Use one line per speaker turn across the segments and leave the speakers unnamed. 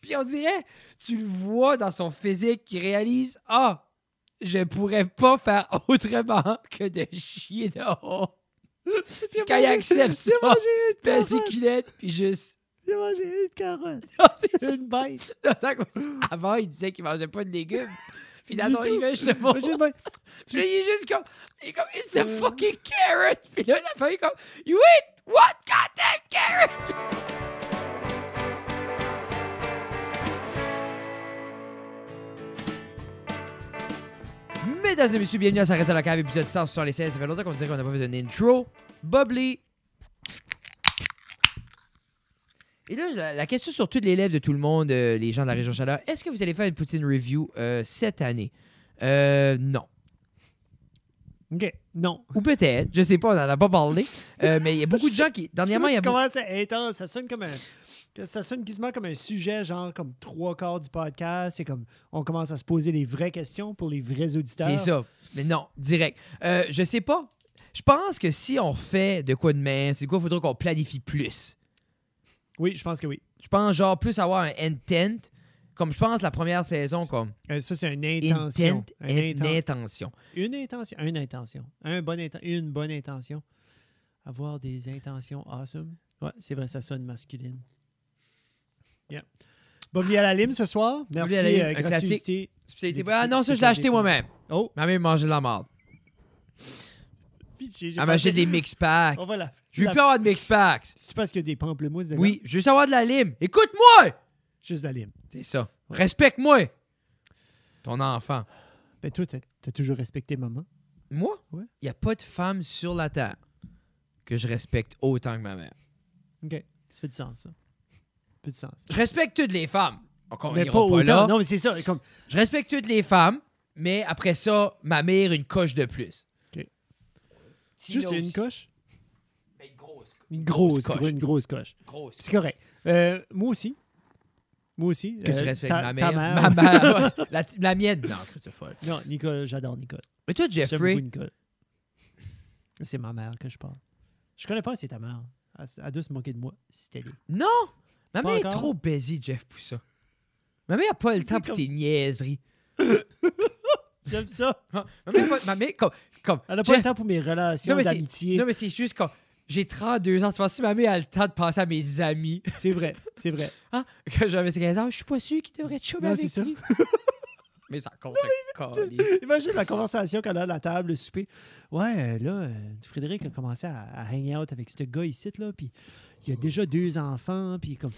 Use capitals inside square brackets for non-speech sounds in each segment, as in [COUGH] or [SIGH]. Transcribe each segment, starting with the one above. Puis on dirait, tu le vois dans son physique qui réalise Ah, je pourrais pas faire [LAUGHS] autrement que de chier dehors.
J'ai
Quand il
mangé-
accepte ça, ben,
J'ai mangé une
Pèse ses
carotte.
culottes, puis juste. [LAUGHS]
J'ai mangé une carotte.
Non, c'est ça.
C'est une bête.
Non, c'est à cause- Avant, il disait qu'il mangeait pas de légumes. Puis dans
Du
son
tout.
image, je
J'ai mangé une bête.
Puis là, il est juste comme, il est comme, it's a
Euh.
fucking carrot. Puis là, la feuille est comme, you eat what goddamn carrot? Mesdames et messieurs, bienvenue à Ça reste à la cave, épisode 176. Ça fait longtemps qu'on dirait qu'on n'a pas fait une intro. Bob Lee. Et là, la, la question sur toutes les lèvres de tout le monde, euh, les gens de la région Chaleur, est-ce que vous allez faire une poutine review euh, cette année? Euh, non.
Ok, non.
Ou peut-être, je sais pas, on n'en a pas parlé.
[LAUGHS]
Euh, mais il y a beaucoup de gens qui. Dernièrement, il y a.
Tu commences à- Attends, ça sonne comme un. que Ça sonne quasiment comme un sujet, genre comme trois quarts du podcast. C'est comme on commence à se poser les vraies questions pour les vrais auditeurs.
C'est ça. Mais non, direct. Euh, je sais pas. Je pense que si on fait de quoi de même, c'est quoi, il faudrait qu'on planifie plus.
Oui, je pense que oui.
Je pense, genre, plus avoir un intent. Comme je pense, la première saison, comme.
Euh, ça, c'est une intention.
Intent,
Un
une
inten-
intention.
Une intention. Une intention. Un bon inten- Une bonne intention. Avoir des intentions awesome. Ouais, c'est vrai, ça sonne masculine. Yeah. Bobby à la lime ce soir. Merci,
Bobby à la lime,
euh,
un classique.
gracieuseté.
Spécialité-
Des
Ah non, ça, je l'ai
spécialités.
acheté moi-même.
Oh,
Ma mère mangeait de la marde.
puis j'ai- j'ai
Elle
pensé-
m'achetait Ah, ben, des mix packs.
On va la-
Je veux
la-
plus avoir de mix packs.
C'est parce qu'il y a des pamplemousses dedans?
Oui, je veux savoir de la lime. Écoute-moi!
Juste de la lime.
C'est ça. Respecte-moi! Ton enfant.
Ben toi, t'as t'as toujours respecté maman.
Moi, il
Ouais.
n'y a pas de femme sur la terre que je respecte autant que ma mère.
OK. Ça fait du sens, ça. Ça fait du sens.
Je respecte toutes les femmes. Donc, on
mais
ira
pas autant.
là.
Non, mais c'est ça. Comme...
Je respecte toutes les femmes, mais après ça, ma mère, une coche de plus.
OK.
Sinon,
Juste une coche.
mais une grosse, co-
Une grosse,
coche.
gros- Une grosse coche.
grosse
C'est
coche.
correct. Euh, moi aussi. Moi aussi.
Que
euh,
je respecte
ta-
ma
ta
mère. Ma
mère.
mère, ouais. la, la mienne. Non, Christopher.
[LAUGHS] Non, Nicole, j'adore Nicole.
Mais toi,
J'aime beaucoup
Jeffrey,
Nicole. C'est ma mère que je parle. Je connais pas, c'est ta mère. Elle, elle doit se moquer de moi, si t'es
non! Ma
Pas
mère est
encore.
trop busy, Jeff Poussin. Ma mère n'a pas le
C'est
temps pour
comme-
tes niaiseries.
J'aime ça.
Ma mère, a pas- ma mère comme, comme
Elle a pas
Jeff-
le temps pour mes relations
Non, mais c'est-
d'amitié.
Non, mais c'est juste quand j'ai 32 ans, tu vois, si ma mère a le temps de penser à mes amis, [LAUGHS]
C'est vrai, c'est vrai.
hein, quand j'avais 15 ans, je suis pas sûr qu'ils devraient te chômer
Non,
avec
c'est ça. [LAUGHS]
lui. mais ça compte, calice.
Imagine la conversation qu'elle a à la table, le souper. Ouais, euh, là, euh, Frédéric a commencé à, à hang out avec ce gars ici, là, puis il a déjà deux enfants, puis comme...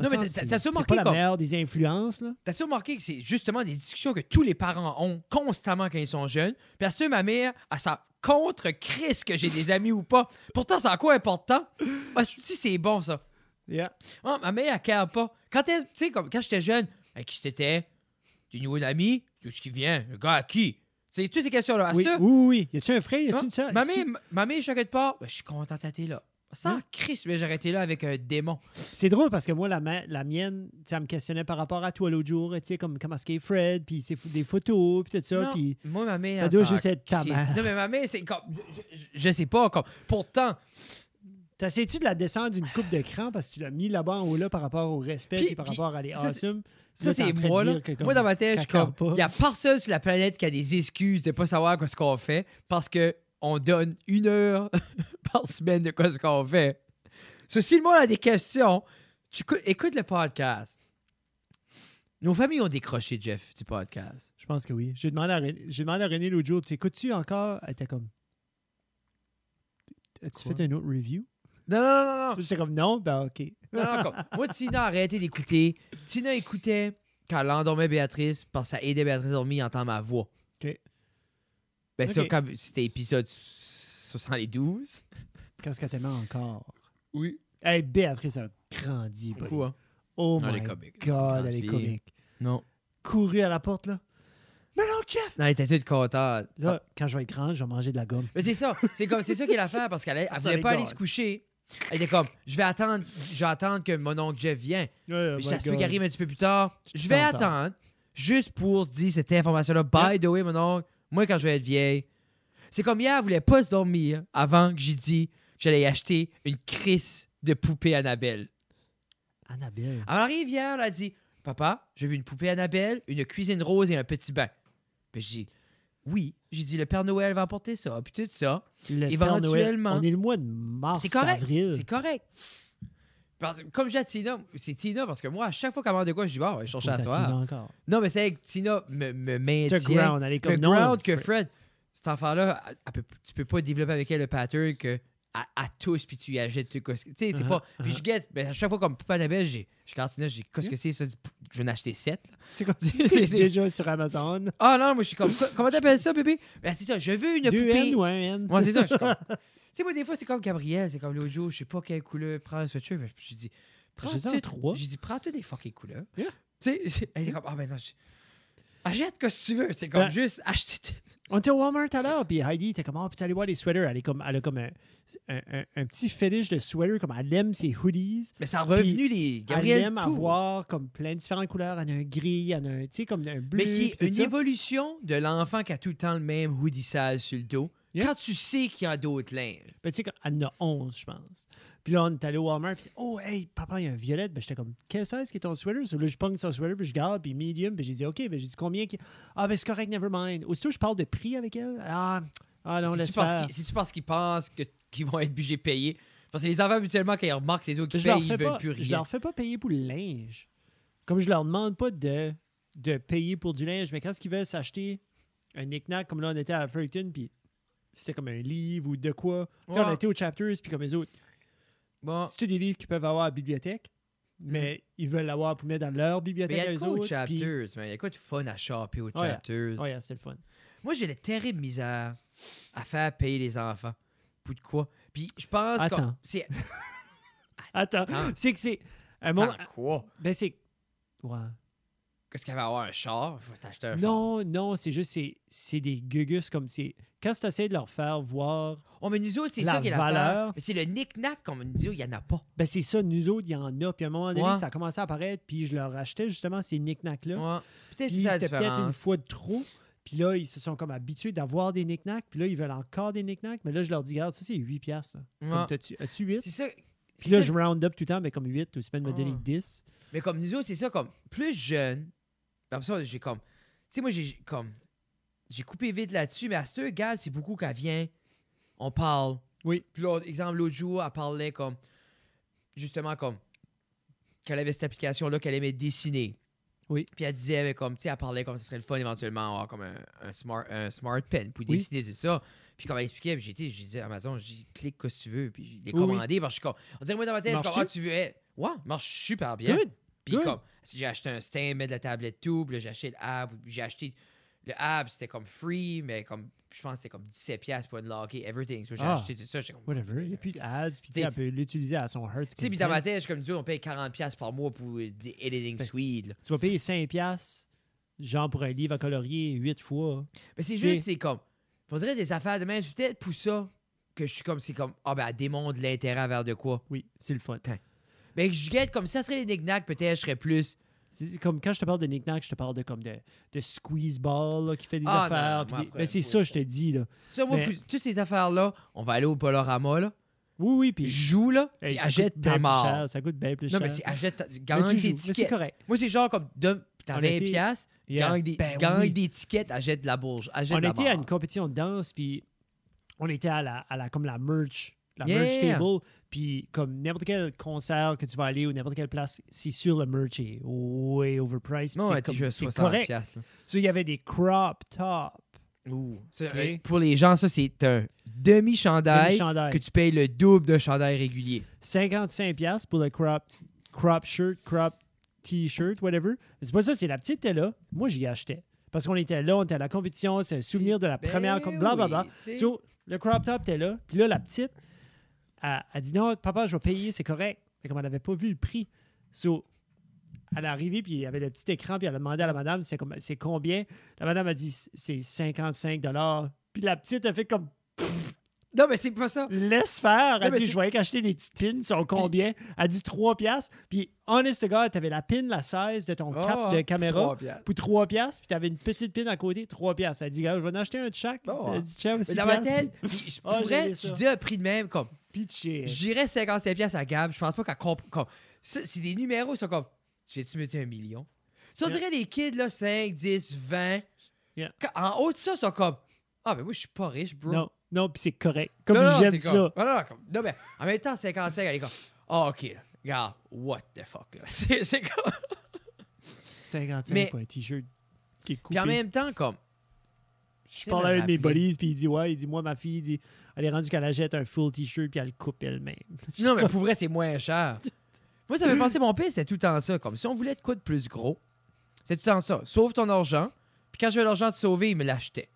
Non, mais
me semble
t'as-
c'est-
t'as-tu
C'est
remarqué
pas la
comme-
merde des influences, là.
T'as-tu remarqué que c'est justement des discussions que tous les parents ont constamment quand ils sont jeunes? Puis à ce ma mère, à sa contre crise que j'ai des amis ou pas. Pourtant, c'est encore important. Ah, si c'est bon, ça.
Yeah.
Ah, ma mère, elle care pas. Quand elle- tu sais, comme quand j'étais jeune, avec qui c'était? Des nouveaux amis? Tout ce qui vient? Le gars à qui? C'est toutes ces questions-là. À
Oui,
cette-
oui, oui. Y a-tu un frère? Y
Hein?
a-tu une sœur?
Mamie,
Est-ce que-
m- mamie, je t'inquiète pas. Ben, je suis content d'être là. Sans
Hein?
Christ, mais j'aurais été là avec un démon.
C'est drôle parce que moi, la, ma- la mienne, tu sais, elle me questionnait par rapport à toi l'autre jour, tu sais, comme comment est-ce qu'est Fred, puis c'est fou- des photos, puis tout ça,
Non,
puis...
moi, ma mère.
ça
elle
doit
s'en
juste être ta
crisse.
mère.
Non, mais ma mère, c'est comme. Je, je- je sais pas, comme. Pourtant.
T'essayes-tu de la descendre d'une coupe de cran parce que tu l'as mis là-bas en haut, là, par rapport au respect,
Puis-
puis, par
puis
rapport à les
ça, c'est-
awesome?
Ça,
Là, t'es en
c'est
train de
moi, là.
dire que comme-
Moi, dans ma tête, je suis
qu'elle
comme.
cabre pas.
Il y a personne sur la planète qui a des excuses de pas savoir quoi ce qu'on fait parce que on donne une heure [LAUGHS] par semaine de quoi ce qu'on fait. So, si le monde a des questions, tu écou- écoute le podcast. Nos familles ont décroché, Jeff, du podcast.
Je pense que oui. J'ai demandé à René, j'ai demandé à René l'autre jour, t'écoutes-tu encore? Elle était comme... As-tu
Quoi?
fait un autre review?
Non, non, non, non, non.
J'étais comme, non, ben OK.
Non, non, comme, moi, Tina a arrêté d'écouter. Tina écoutait quand elle endormait Béatrice parce que ça aidait Béatrice à dormir à entendre ma voix.
OK.
Ben, ça,
OK.
quand c'était épisode 72.
Qu'est-ce que t'aimais encore?
Oui.
Hey, Béatrice a grandi, buddy.
Beaucoup, hein?
Oh
Non,
my
elle est comique.
God,
Grande
elle est
fille.
comique.
Non.
Couru à la porte, là. Mais non, Jeff!
Non, elle était toute contente.
Là, quand je vais être grand, je vais manger de la gomme.
Mais c'est ça. C'est comme, c'est ça qu'elle a fait parce qu'elle elle
Ça
voulait
les
pas aller
gâte.
se coucher. Elle était comme, je vais attendre, je vais attendre que mon oncle Jeff vienne.
Ouais,
Puis
Euh, my
ça se peut
God.
qu'il arrive un petit peu plus tard. Je vais
t'entends.
attendre juste pour se dire cette information-là. By the way, mon oncle, moi, quand je vais être vieille, c'est comme hier, elle voulait pas se dormir avant que j'ai dit que j'allais acheter une crise de poupée Annabelle.
Annabelle.
Elle arrive hier, elle a dit Papa, j'ai vu une poupée Annabelle, une cuisine rose et un petit bain. Puis je dis Oui. J'ai dit Le Père Noël va apporter ça, puis tout ça.
Le
Éventuellement.
Père Noël, on est le mois de mars,
C'est correct.
avril.
C'est correct. Parce, que comme j'ai à Tina, c'est Tina parce que moi, à chaque fois qu'elle m'en de quoi, je dis Bon, je cherche
Faut
à
t'attirer
soir.
encore.
Non, mais c'est que Tina me, me
Te
maintient.
ground, allez, comme
Le
non.
ground que Fred, cet enfant-là, elle- elle peut- tu peux pas développer avec elle le pattern que à, à tous, puis tu y achètes. Tu sais, c'est
Uh-huh,
pas. Puis
uh-huh.
je guette, mais à chaque fois, comme Poupa Annabelle, j'ai- je cantine, je dis, qu'est-ce que c'est ça? Je dis, Je vais en acheter sept.
[LAUGHS]
là.
[LAUGHS] C'est quoi?
C'est- [LAUGHS]
C'est
c'est-
déjà
[LAUGHS]
sur Amazon.
Ah non, moi, je suis comme, Quoi- comment t'appelles ça, bébé? Ben, c'est ça, je veux une
Deux
poupée.
N ou un N?
Moi, c'est ça, je suis comme. [LAUGHS] Tu sais, moi, des fois, c'est comme Gabriel, c'est comme l'autre jour, je sais pas quelle couleur, prends un sweatshirt. Ben, Je dis, prends
J'ai ça en
tout-
trois.
Je dis, prends toutes les fucking couleurs.
Yeah.
Tu sais, elle est comme, ah ben non, je... achète que tu veux. C'est comme
Ben-
juste acheter.
On était au Walmart tout à l'heure, puis Heidi était comme, oh, puis allez voir les sweaters. Elle, est comme, elle a comme un, un- un- un petit fétiche de sweater, comme elle aime ses hoodies.
Mais ça a revenu les Gabriel.
elle aime
tout.
avoir comme plein de différentes couleurs. Elle a un gris, elle a un, tu sais, comme un bleu.
Mais qui est
puis
une
tout ça.
évolution de l'enfant qui a tout le temps le même hoodie sale sur le dos.
Yeah.
Quand tu sais qu'il y a d'autres linges.
Ben, tu sais, comme- elle en a 11, je pense. Puis là, on est allé au Walmart, puis oh, hey, papa, il y a un violette. Ben, j'étais comme, quelle size qui est ton sweater? So, là, je pogne son sweater, puis je garde, puis medium, puis j'ai dit, OK, ben, j'ai dit combien? qu'il- Ah, ben, c'est correct, never mind. Aussitôt, je parle de prix avec elle. Ah, ah non,
si, tu
laisse
penses
faire.
qu'ils- si tu penses qu'ils pensent que- qu'ils vont être obligés de payer. Parce que les enfants, habituellement, quand ils remarquent ces autres qui
Je leur,
payent, ils
fais
veulent
pas,
plus
je
rien.
leur fais pas payer pour le linge. Comme je leur demande pas de, de payer pour du linge, mais quand ils veulent s'acheter un knick-knack, comme là on était à Fulton, puis c'était comme un livre ou de quoi. Tu sais, On
Ouais.
était aux chapters, puis comme les autres.
Bon,
C'est tous des livres qu'ils peuvent avoir à la bibliothèque, mais ils veulent l'avoir pour mettre dans leur
Mm-hmm. mais il y
bibliothèque
a
à
de
eux
quoi aux
autres, puis-
chapters, man? Il y a quoi de fun à choper aux
Ouais.
chapters?
Ouais, c'était le fun.
Moi, j'ai la terrible misère à faire payer les enfants. Pour de quoi? Puis je pense que
Attends.
c'est.
Attends,
Attends.
c'est que c'est. Un moment-
Attends, quoi?
Ben, c'est. Ouais.
Qu'est-ce qu'elle va avoir un char? Faut t'acheter un char.
Non, non, c'est juste, c'est- c'est des gugus comme c'est. Quand tu essaies de leur faire voir
Oh, mais nous autres, c'est
La
ça qui est la
valeur.
Mais c'est le knick-knack, comme nous autres, il n'y en a pas.
Ben c'est ça, nous autres, il y en a. Puis à un moment donné,
Ouais.
ça a commencé à apparaître, puis je leur achetais justement ces knick-knacks-là.
Ouais. Peut-être
Puis
c'est ça la
c'était peut-être une
différence.
fois de trop. Puis là, ils se sont comme habitués d'avoir des knick-knacks. Puis là, ils veulent encore des knick-knacks. Mais là, je leur dis, regarde, ça, c'est 8 piastres. là. Comme,
Ouais.
t'as-tu- As-tu 8?
C'est ça. c'est
Puis là,
ça.
je round up tout le temps, mais comme 8, ou semaine me donner
Ah.
10.
Mais comme nous autres, c'est ça, comme plus jeune. Comme ça, j'ai comme. Tu sais, moi, j'ai comme. J'ai coupé vite là-dessus, mais à ce gars, c'est beaucoup qu'elle vient. On parle.
Oui.
Puis là, exemple, l'autre jour, elle parlait comme. Justement, comme. Qu'elle avait cette application-là qu'elle aimait dessiner.
Oui.
Puis elle disait, mais comme, tu sais, elle parlait comme ce serait le fun éventuellement avoir comme un, un smart, un smart pen pour
Oui.
dessiner tout ça. Puis comme elle expliquait, puis j'étais, j'ai dit à Amazon, j'ai dit, clique que tu veux, puis j'ai
Oui, oui.
commandé parce que je suis comme. On dirait, moi, dans ma tête, je suis comme, ah,
Marche-tu?
tu veux, hey, ouais, marche super bien.
Good.
Puis
Good.
comme, si j'ai acheté un stand, mais de la tablette tout, puis là, j'ai acheté le app, j'ai acheté le app, c'était comme free, mais comme, je pense que c'était comme 17$ piastres pour unlocker everything. So, j'ai
Ah.
acheté tout ça, j'étais comme,
Whatever. Il n'y a plus d'ads. Puis tu sais,
T'sais-
elle peut l'utiliser à son heart.
tu sais, puis dans ma tête, je suis comme, disons, on paye 40$ piastres par mois pour euh, des editing
Ben.
suite. là.
Tu vas payer 5 piastres, genre pour un livre à colorier 8 fois.
Mais c'est
T'sais-
juste, c'est comme, on dirait des affaires de même, c'est peut-être pour ça que je suis comme, c'est comme, ah ben, elle démontre l'intérêt vers de quoi.
Oui, c'est le fun.
Mais je guette comme ça, serait les knick peut-être, je serais plus.
C'est c'est comme quand je te parle de knick-knack, je te parle de comme de, de squeeze ball là, qui fait des
Ah, non,
affaires.
non,
puis
moi,
des-
après,
ben, c'est
oui.
ça, je te dis. là.
Ça, moi,
Mais-
plus- toutes ces affaires-là, on va aller au Polorama, là,
Oui, oui, puis
joue, là,
hey,
puis
ça
achète
coûte
ta
bien plus
mort.
cher, ça coûte bien plus
Non,
cher.
mais c'est achète,
Mais tu
gagne
joues,
des
mais c'est
tickets.
correct.
Moi, c'est genre comme, donne- t'as
On
20
était-
piastres,
Yeah.
gagne, des,
Ben
gagne
oui.
des tickets, achète de la bourge, achète
On
de la
était à
barre.
une compétition de danse, puis on était à la, à la comme la merch, la merch
Yeah.
table, puis comme n'importe quel concert que tu vas aller ou n'importe quelle place, c'est sûr le merch est way overpriced. puis
Non,
c'est
un
comme-
t-shirt
c'est
60
correct.
piastres. là.
So, il y avait des crop tops,
Ouh. Ça,
Ok.
euh, Pour les gens, ça, c'est un demi-chandail
chandail.
que tu payes le double d'un chandail régulier.
55 pièces pour le crop crop shirt, crop t-shirt, whatever. C'est pas ça, c'est la petite était là. Moi, j'y achetais parce qu'on était là, on était à la compétition, c'est un souvenir de la
Ben
première com- bla bla bla.
oui, tu sais.
So, le crop top était là, puis là la petite elle, elle dit non, papa, je vais payer, c'est correct. Mais comme elle n'avait pas vu le prix. So, elle est arrivée, puis il y avait le petit écran, puis elle a demandé à la madame, c'est comme- c'est combien? La madame a dit, c'est 55 Puis la petite a fait comme,
Non, mais c'est pas ça.
Laisse faire.
Non,
Elle
mais
dit,
c'est-
je voyais qu'acheter des petites pins, ils sont combien? Elle dit 3 piastres. Puis, honest to God, t'avais la pin, la 16 de ton cap
Ah,
de
pour
caméra
trois piastres.
pour 3 piastres. Puis t'avais une petite pin à côté, 3 piastres. Elle dit, gars, je vais en acheter un de chaque.
Oh.
Elle dit, tiens,
Mais
aussi.
dans ma tête, puis je
[LAUGHS] Ah,
pourrais,
j'aimais
tu
ça.
dis un prix de même, comme,
Pitché.
je dirais 55 piastres à Gab, je pense pas qu'elle comprend. comme, ça, C'est des numéros, ils sont comme, Tu fais-tu me dire un million? Ça, on
Yeah.
dirait les kids, là, 5, 10, 20.
Yeah.
Qu- En haut de ça, ils sont comme Ah, ben moi, je suis pas riche, bro.
Non, Hein? non, puis c'est correct. Comme
Non, non,
j'aime
c'est
ça.
comme- Non, non, non, comme- non, mais en même temps, 55, elle est comme Ah, ok, là, regarde, what the fuck, là. [LAUGHS] C'est c'est comme.
55
Mais-
pour un t-shirt qui est coupé.
Puis en même temps, comme.
je parle à un de mes buddies, puis il dit Ouais, il dit Moi, ma fille, il dit, elle est rendue qu'elle achète un full t-shirt, puis elle le coupe elle-même.
Non, mais pour vrai, c'est moins
[LAUGHS]
cher. Moi, ça me fait penser, mon père, c'était tout le temps ça. Comme si on voulait de quoi de plus gros, c'est tout le temps ça. Sauve ton argent. Puis quand j'avais l'argent de sauver, il me l'achetait.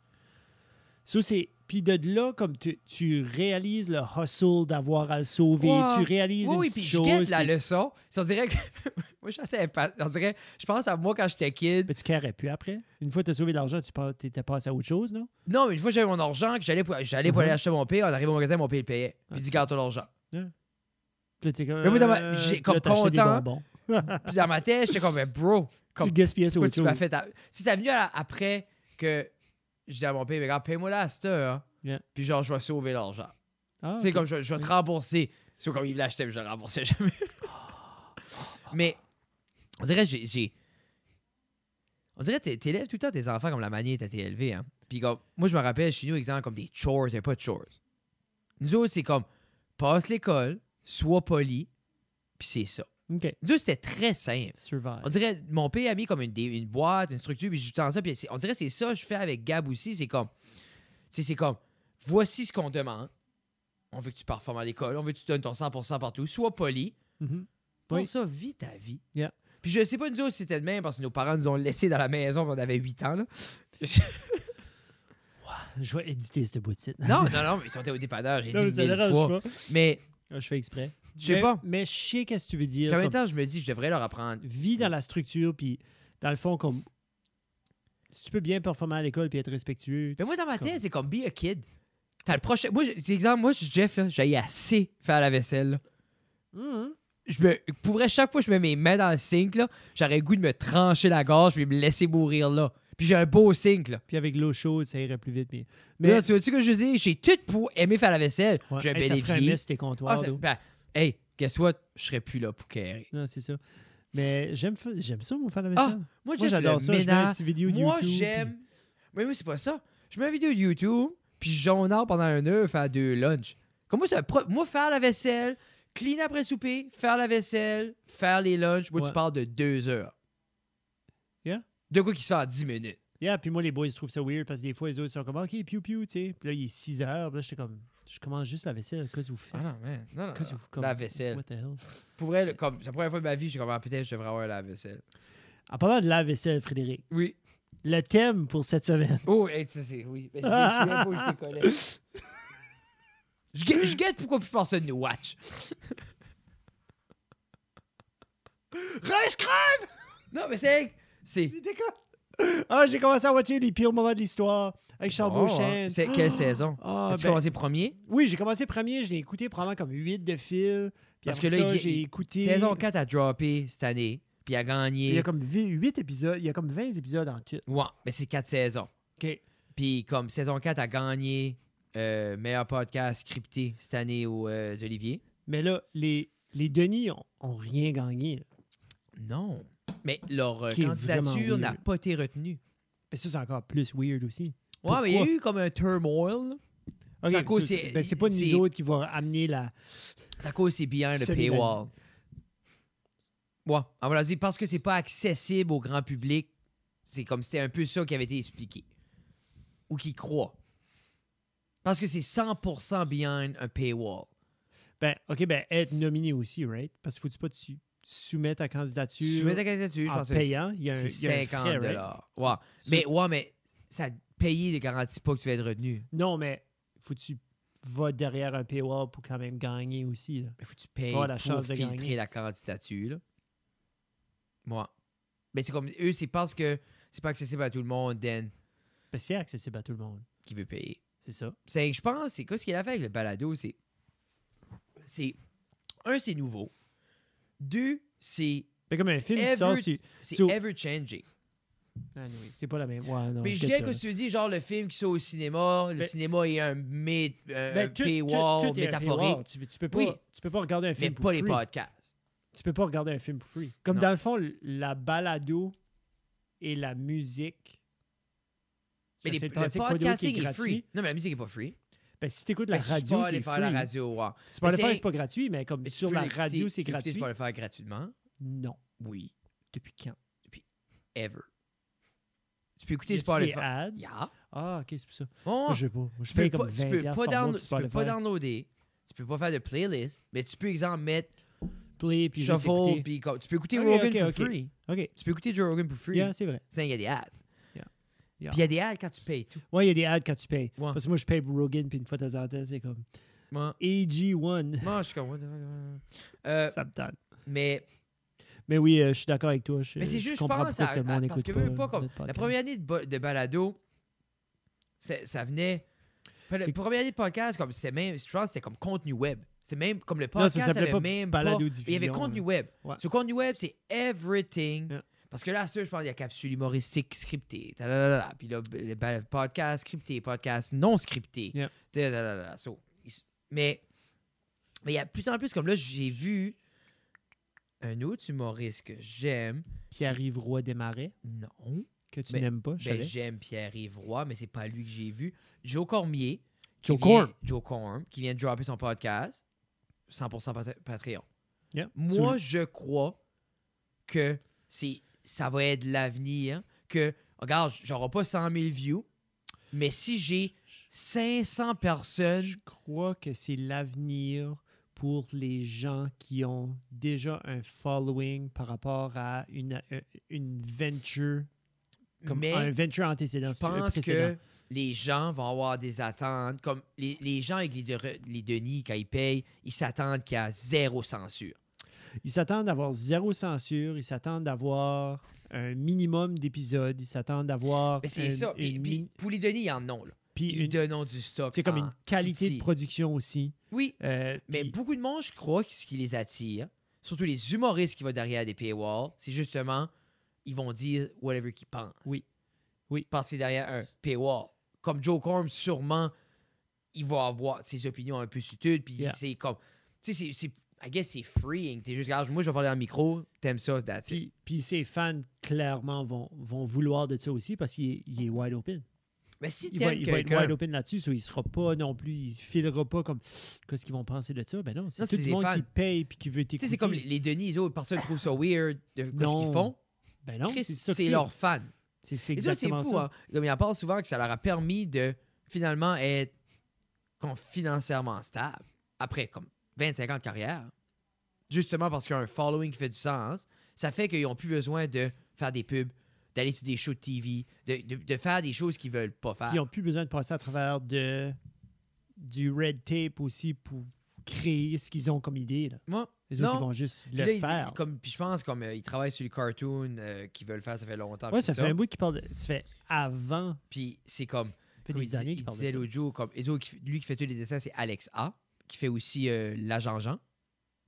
Ça, c'est. Puis de là, comme tu, tu réalises le hustle d'avoir à le sauver,
Ouais.
tu réalises
Oui,
une
oui, puis
petite
je
chose.
guette la
puis-
leçon. Si on dirait que. [LAUGHS] moi, je suis assez impa- On dirait, je pense à moi quand j'étais kid.
Mais tu carrais plus après. Une fois que tu as sauvé de l'argent, tu pas- t'étais passé à autre chose, non?
Non, mais une fois, j'avais mon argent, que j'allais pour, j'allais pour
Mhm.
aller acheter mon père. On arrive au magasin, mon père, il payait. Puis il dit, garde ton argent.
Puis là, t'es comme.
Mais moi, dans ma-
euh,
j'ai
puis
comme
là, t'as acheté des
content,
bonbons.
Puis dans ma tête, j'étais comme, mais
[LAUGHS]
bro,
Tu le
comme,
gaspillais sur
pourquoi
autre
tu
chose.
m'as fait. ta- Si ça venu à- après que je dis à mon père, mais regarde, paye-moi là à cette heure. hein.
Yeah.
Puis genre, je vais sauver l'argent.
Ah,
Tu sais,
ok.
comme je, je vais te rembourser. C'est comme il me l'achetait, mais je le remboursais jamais. [LAUGHS] mais on dirait, j'ai. j'ai- On dirait, t'é- t'élèves tout le temps tes enfants comme la manière dont t'as été élevé. Hein. Puis comme, moi, je me rappelle, chez nous, exemple, comme des chores, il n'y a pas de chores. Nous autres, c'est comme, passe l'école, sois poli, puis c'est ça.
OK.
Nous autres, c'était très simple. [LAUGHS]
Survive.
On dirait, mon père a mis comme une, dé- une boîte, une structure, puis je tends ça, puis c'est- on dirait que c'est ça que je fais avec Gab aussi, c'est comme, tu sais, c'est comme, voici ce qu'on demande. On veut que tu performes à l'école, on veut que tu donnes ton 100% partout, sois poli,
Mhm.
pour
Oui.
ça, vis ta vie.
Yeah.
Puis je sais pas, nous autres, c'était de même, parce que nos parents nous ont laissés dans la maison quand on avait 8
[LAUGHS]
ans, là.
Je vais éditer ce bout de site.
Non, non, non, mais ils sont au dépanneur, j'ai dit
Non, mais ça
mille
dérange
fois.
pas.
Mais,
Ah, Je fais exprès.
je sais
Mais-
pas,
Mais je sais qu'est-ce que tu veux dire.
Puis en même
comme
temps, je me dis, je devrais leur apprendre.
Vis dans la structure, puis dans le fond, comme. Si tu peux bien performer à l'école puis être respectueux.
Mais moi, dans ma
Comme-
tête, c'est comme be a kid. T'as le prochain. Moi, j'ai- exemple, moi, je suis Jeff, là, j'ai assez faire la vaisselle. là.
Mhm.
Je me, pour vrai, chaque fois que je mets mes mains dans le sink, là, j'aurais le goût de me trancher la gorge puis me laisser mourir là. Puis j'ai un beau sink, là.
Puis avec l'eau chaude, ça irait plus vite. Mais,
Mais là, tu vois-tu que je dis? J'ai tout pour aimer faire la vaisselle.
Ouais.
J'ai un
Hey,
bel
ça ferait un
évier.
mess, tes
Ah,
comptoirs.
ça-
d'eau.
ben, hey, guess what? Je serais plus là pour carrer.
Non, c'est ça. Mais j'aime fa- j'aime ça, mon faire la
Ah,
vaisselle.
moi,
Moi,
Jeff,
j'adore
le
ça. Je mets une
ménage-
petite vidéo de
Moi,
YouTube,
j'aime. Mais moi, c'est pas ça. Je mets une vidéo de YouTube, puis je journal pendant un heure, faire deux lunchs. Comme moi, c'est un pro- moi, faire la vaisselle, clean après souper, faire la vaisselle, faire les lunchs. Moi,
Ouais.
tu parles de deux heures.
Yeah.
De quoi qui se fait en dix minutes.
puis- Yeah, puis moi, les boys trouvent ça weird parce que des fois, les autres sont comme, OK, piou piou, tu sais. Puis là, il est 6 heures. Puis là, j'étais comme, je commence juste la vaisselle. Qu'est-ce que vous faites?
Ah non, man. Non, non,
Qu'est-ce que
non.
vous comme-
La vaisselle.
What the hell?
Pour vrai, le- comme, c'est la première fois de ma vie, j'ai comme, ah, peut-être je devrais avoir la vaisselle.
En parlant de la vaisselle, Frédéric,
Oui.
le thème pour cette semaine.
Oh, hey, ça, c'est. Oui. Mais c'est- je suis même pas où je décollais. Je gue- Je guette pourquoi plus personne nous watch. Rescribe! Non, mais c'est. C'est.
Ah, j'ai commencé à watcher les pires moments de l'histoire avec Charles
Bon, hein.
Beauchesne.
C'est quelle saison?
Ah,
As-tu
ben,
commencé premier?
Oui, j'ai commencé premier. Je l'ai écouté probablement comme 8 de fil. Puis
Parce
après
que là,
ça,
il-
j'ai
il-
écouté.
Saison 4 a droppé cette année, puis a
Il y
gagné.
a comme 8 épisodes. Il y a comme 20 épisodes en tout.
Ouais, mais c'est 4 saisons.
OK.
Puis comme saison 4 a gagné euh, meilleur podcast crypté cette année aux euh, Olivier.
Mais là, les, les Denis ont, ont rien gagné. là.
Non. Mais leur euh,
Qui est vraiment
candidature n'a
weird.
pas été retenue.
Mais ça, c'est encore plus weird aussi.
Ouais, mais il y a
Pourquoi?
eu comme un turmoil. là.
OK,
C'est à cause-
ça,
c'est-
ben, c'est pas
c'est-
nous autres qui vont amener la.
Ça cause c'est behind the
Celui-là.
paywall. Ouais, on va leur dire parce que c'est pas accessible au grand public. C'est comme c'était un peu ça qui avait été expliqué. Ou qui croit. Parce que c'est 100% behind un paywall.
Ben, OK, ben, être nominé aussi, right? Parce qu'il faut-tu pas tu soumettre ta candidature
Tu mets ta candidature, je
en
pense que
payant. Il y a un,
c'est
il y a un
50
frais, right?
dollars. Ouais. Mais ouais, mais ça payer ne garantit pas que tu vas être retenu.
Non, mais faut-tu vas derrière un paywall pour quand même gagner aussi. Là.
Il Ben, faut que tu payes
Pas la
pour
chance de
filtrer
gagner.
la candidature. là. Ouais. Mais c'est comme eux, c'est parce que c'est pas accessible à tout le monde, Dan,
Ben, c'est accessible à tout le monde.
qui veut payer.
C'est ça.
C'est, je pense, c'est quoi ce qu'il a fait avec le balado, c'est, c'est un, c'est nouveau. Deux, c'est,
Ben, comme un film qui
Ever-
sort sur.
c'est
So-
ever changing.
Ah, oui, c'est pas la même. Ouais, non,
Mais je
qu'est-ce
dirais
que-
que tu dis genre le film qui sort au cinéma, le
Ben-
cinéma est un, mid, un
Ben, tout- tout-
euh, paywall
tout est un
métaphorique.
paywall. Tu, tu peux pas,
Oui.
tu peux pas regarder un
mais
film.
pas les
potes.
podcasts.
tu peux pas regarder un film pour free. Comme
Non.
dans le fond, l- la balado et la musique.
Mais les,
J'essaie
le
de penser quoi d'autre qui
podcasting est,
gratuit.
free. Non, mais la musique est pas free.
Ben, si t'écoutes la
Ben,
radio,
Spotify,
c'est free.
la radio, ouais. Mais
Spotify,
c'est-
c'est pas gratuit, mais comme
Mais tu
sur
peux
la
l'écouter-
radio, c'est
tu peux écouter
gratuit.
Spotify gratuitement?
Non.
Oui.
Depuis quand?
Ever. Tu peux écouter
Y a-tu des
Spotify.
ads?
Yeah.
Ah, ok, c'est pour ça.
Bon,
Moi, je sais pas. Moi, je
Oh, tu peux
paye
pas,
comme
tu
20
peux
piastres
pas,
par mois
down-
pour
tu peux pas
Spotify.
downloader, tu peux pas faire de playlist, mais tu peux, exemple, mettre
Play, puis juste
Shuffle,
écouter.
puis comme- tu peux écouter
Ok,
Rogan
ok,
for
ok.
free.
OK.
Tu peux écouter Joe Rogan pour free.
Yeah, c'est vrai.
Ça, Il y a des ads.
Yeah. Yeah.
Puis il y a des ads quand tu payes tout.
Ouais, il y a des ads quand tu payes.
Ouais.
Parce que moi, je paye pour Rogan, puis une fois de temps en temps, c'est comme
Moi,
AG1.
moi, je suis comme... what the fuck, euh,
Ça me tente.
mais
Mais oui, euh, je suis d'accord avec toi. Je,
Mais c'est
je
juste, je
comprends
pense,
pourquoi
à-
est-ce que le
à-
monde
parce que
écoute
veux, veux pas, comme,
notre
la
podcast.
première année de, bo- de balado, c'est- ça venait. La
C'est-
première année de podcast, comme c'était même, je pense que c'était comme contenu web. C'est même comme le
Non, ça
podcast
s'appelait
avait
pas
même pas-
balado-diffusion,
Il y avait contenu
là.
web.
Ouais.
Sur contenu web, c'est everything.
Yeah.
Parce que là, ça, je pense, il y a capsule humoristique scriptée. ta-da-da-da. Puis là, le ba- podcast scripté, podcast non scripté.
Yeah.
ta-da-da-da. So, il- mais mais il y a de plus en plus, comme là, j'ai vu un autre humoriste que j'aime.
Pierre-Yves Roy Desmarais,
Non.
que tu
Ben,
n'aimes pas, je
Ben,
savais.
j'aime Pierre-Yves Roy, mais c'est pas lui que j'ai vu. Joe Cormier. qui
Joe
vient-
Corm.
Joe Corm, qui vient de dropper son podcast. 100% pat- Patreon.
Yeah.
Moi, je crois que c'est, ça va être l'avenir. Que, regarde, j'aurai pas 100 000 views, mais si j'ai 500 personnes.
Je crois que c'est l'avenir pour les gens qui ont déjà un following par rapport à une, euh, une venture, comme
mais
un venture antécédent.
je
c'est- euh,
pense
précédent.
que les gens vont avoir des attentes. Comme les, les gens avec les, de- les Denis, quand ils payent, ils s'attendent qu'il y a zéro censure.
Ils s'attendent d'avoir zéro censure, ils s'attendent d'avoir un minimum d'épisodes, ils s'attendent d'avoir.
Mais c'est
un-
ça. Puis,
une
puis
Euh, mi-
pour les donner, ils en ont. Là.
puis
Ils
une-
donnent du stock.
c'est comme
en
une qualité
titi.
de production aussi.
Oui,
Euh,
mais
puis-
beaucoup de monde, je crois que ce qui les attire, surtout les humoristes qui vont derrière des paywalls, c'est justement, ils vont dire whatever qu'ils pensent.
Oui. Oui.
Parce que c'est derrière un paywall. Comme Joe Corm, sûrement, il va avoir ses opinions un peu sutudes, puis
Yeah.
c'est comme... Tu sais, c'est- c'est... I guess c'est freeing. T'es juste, regarde, moi, je vais parler en micro, t'aimes ça, that's it.
Puis, puis ses fans, clairement, vont, vont vouloir de ça aussi parce qu'il est, il est wide open.
Mais si
Il va,
t'aimes
il va être
quelqu'un...
wide open là-dessus, so il sera pas non plus, il filera pas comme qu'est-ce qu'ils vont penser de ça. Ben non, c'est
Non,
tout
c'est
le
des
monde qui
fans.
paye puis qui veut
Tu
t'écouter.
sais, c'est comme les, les Denis, les autres personnes trouvent ça weird de quoi ce qu'ils
Non.
font.
Ben non,
Chris,
c'est ça que
c'est
c'est.
leur fan.
C'est c'est
Et ça, c'est
exactement
fou.
ça.
Hein. Comme il en parle souvent que ça leur a permis de finalement être con- financièrement stable après comme 25 ans de carrière. Justement parce qu'il y a un following qui fait du sens, ça fait qu'ils n'ont plus besoin de faire des pubs, d'aller sur des shows de TV, de, de- de faire des choses qu'ils veulent pas faire.
Puis ils n'ont plus besoin de passer à travers de, du red tape aussi pour créer ce qu'ils ont comme idée. Là.
Moi,
Les autres,
Non.
ils vont juste
puis
le
là, ils-
faire.
ils- comme, puis je pense comme euh, ils travaillent sur les cartoons euh, qu'ils veulent faire, ça fait longtemps.
ouais,
puis
ça
tout
fait un bout qu'ils parlent. de- Ça fait avant,
Puis c'est comme
ça fait
Comme
des
il,
années
dis-
qu'ils
il
parlent
disait
de ça.
l'autre jour, comme Ezo, qui f- lui qui fait tous les dessins, c'est Alex A, qui fait aussi euh, l'agent Jean.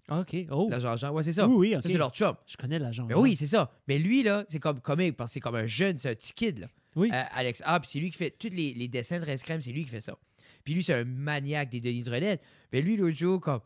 Ah, OK. Oh.
L'agent Jean, ouais, c'est ça.
Oui, oui, OK.
Ça, c'est leur chum.
Je connais l'agent.
Mais oui, c'est ça. Mais lui, là, c'est comme comique parce que c'est comme un jeune, c'est un petit kid, là.
Oui.
Euh, Alex A, puis c'est lui qui fait tous les, les dessins de Rescrème, c'est lui qui fait ça. Puis lui, c'est un maniaque des Denis de Relais. Mais lui, l'autre jour, comme,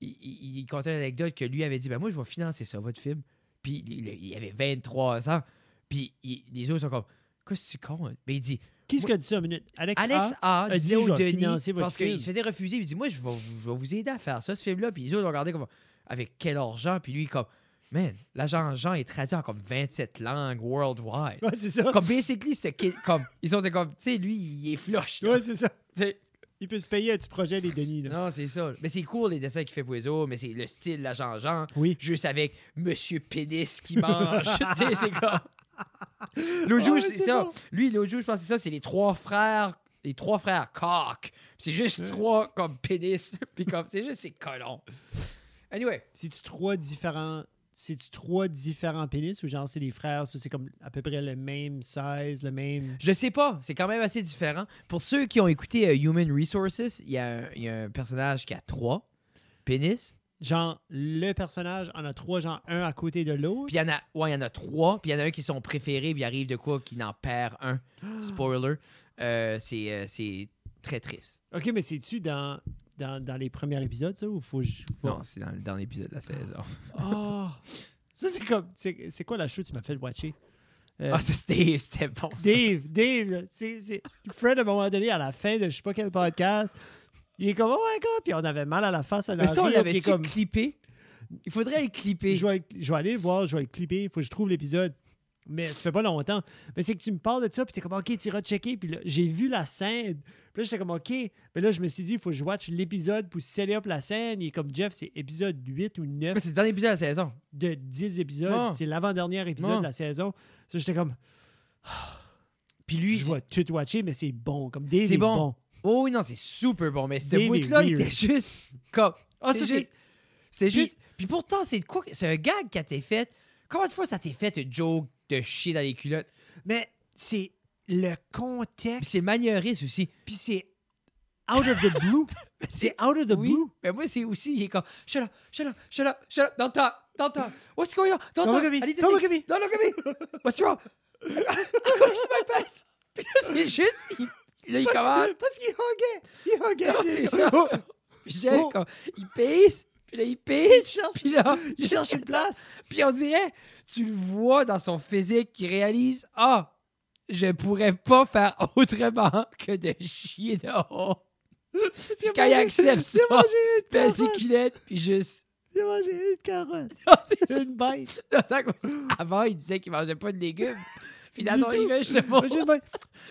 il, il- il contait une anecdote que lui avait dit Ben, moi, je vais financer ça, votre film. Puis il, il avait 23 ans. Puis il- les autres sont comme Qu'est-ce que tu comptes Mais il dit
Qui est-ce qui a dit ça une minute? Alex,
Alex
A?
A,
a dit,
disait
je
au
vais
Denis,
financer votre
parce qu'il
film.
se faisait refuser, il dit, moi, je vais, vous- je vais vous aider à faire ça, ce film-là. Puis les autres l'ont regardé comme, avec quel argent? Puis lui, comme, man, l'agent Jean est traduit en comme 27 langues worldwide.
Ouais, c'est ça.
comme, basically, ce kid, comme, ils sont comme, tu sais, lui, il est flush. là.
Ouais, c'est ça.
Tu sais,
Il peut se payer un petit projet, les Denis. Là.
non, c'est ça. Mais c'est cool, les dessins qu'il fait pour les autres, mais c'est le style, l'agent Jean,
Oui.
juste avec Monsieur Pénis qui mange. [LAUGHS] tu sais, c'est comme... L'autre jour,
Ah Ouais,
c'est
c'est
ça.
bon.
Lui, l'autre jour, je pense que c'est ça, c'est les trois frères, les trois frères coq. C'est juste trois comme pénis. [LAUGHS] Puis comme, c'est juste, c'est colon. Anyway,
C'est-tu trois différents. C'est-tu trois différents pénis ou genre c'est des frères, ça, c'est comme à peu près le même size, le même.
je sais pas, c'est quand même assez différent. Pour ceux qui ont écouté euh, Human Resources, il y, a un- il y a un personnage qui a trois pénis.
Genre, le personnage en a trois, genre un à côté de l'autre.
Puis il y en a, ouais, il y en a trois. Puis il y en a un qui sont préférés, puis il arrive de quoi qu'il en perd
[GASPS]
un. Spoiler. Euh, c'est, euh, c'est très triste.
Ok, mais c'est-tu dans dans, dans les premiers épisodes, ça, ou faut que je. faut-
Non, c'est dans, dans l'épisode de la saison.
Ah! Ça, c'est comme. C'est c'est quoi la show que tu m'as fait watcher? Euh,
Ah, ça, c'était c'était bon.
Dave, Dave, là, tu sais, c'est- Fred, à un moment donné, à la fin de je sais pas quel podcast, il est comme, oh my god, puis on avait mal à la face à la
Mais ça, on
vie, là, puis il
l'avait
est comme,
clippé. Il faudrait le clipper.
je vais, je vais aller le voir, je vais le clipper, il faut que je trouve l'épisode. Mais ça fait pas longtemps. Mais c'est que tu me parles de ça, puis t'es comme, OK, tu iras checker. Puis là, j'ai vu la scène. Puis là, j'étais comme, OK. Mais là, je me suis dit, il faut que je watch l'épisode pour sceller up la scène. Et comme Jeff, c'est épisode 8 ou 9
C'est dans l'épisode de la saison.
de 10 épisodes.
Bon.
C'est l'avant-dernier épisode
Bon.
de la saison. Ça, j'étais comme,
Puis lui,
je vais tout watcher, mais c'est bon. Comme Dave,
C'est
est
bon.
bon.
oh oui, non, c'est super bon. Mais ce
Dave est
bout-là, il
weird.
était juste comme.
Ah,
c'est
ça, c'est-
juste. C'est
Puis-
juste. Puis pourtant, c'est de quoi que- C'est un gag qui a été fait. Combien de fois ça t'est fait, une joke de chier dans les culottes?
Mais c'est le
Puis
contexte.
c'est maniériste aussi.
Puis c'est out of the
[LAUGHS]
blue. c'est out of the
Oui.
blue.
Mais moi, c'est aussi, il est comme, shut up, shut up, shut up, shut up, don't talk, don't talk. What's going on? Don't,
Don't
talk.
look at me,
I need to
don't
think.
look at me.
Don't look at me. What's wrong? Ah, I crushed my pants. Puis là, c'est juste, il, là, il
Parce,
commence.
parce qu'il hoguait. Il
Non,
hoguait.
c'est ça.
Oh,
Puis j'aime
Oh.
quand il pisse, puis là, il pisse. Puis là,
il cherche une place.
Puis on dirait, tu le vois dans son physique, qu'il réalise, ah, je pourrais pas faire autrement que de chier dehors.
Parce qu'il Ben, a
Quand il
mangé-
accepte ça,
Il a mangé une carotte.
Persiculette, puis juste. [LAUGHS]
Il a mangé une carotte.
Non, c'est ça.
C'est une [LAUGHS] bête.
Non, c'est à cause- Avant, il disait qu'il mangeait pas de légumes. Puis dans
Du
son
tout.
image, je sais
Il a mangé une
pas.
bête.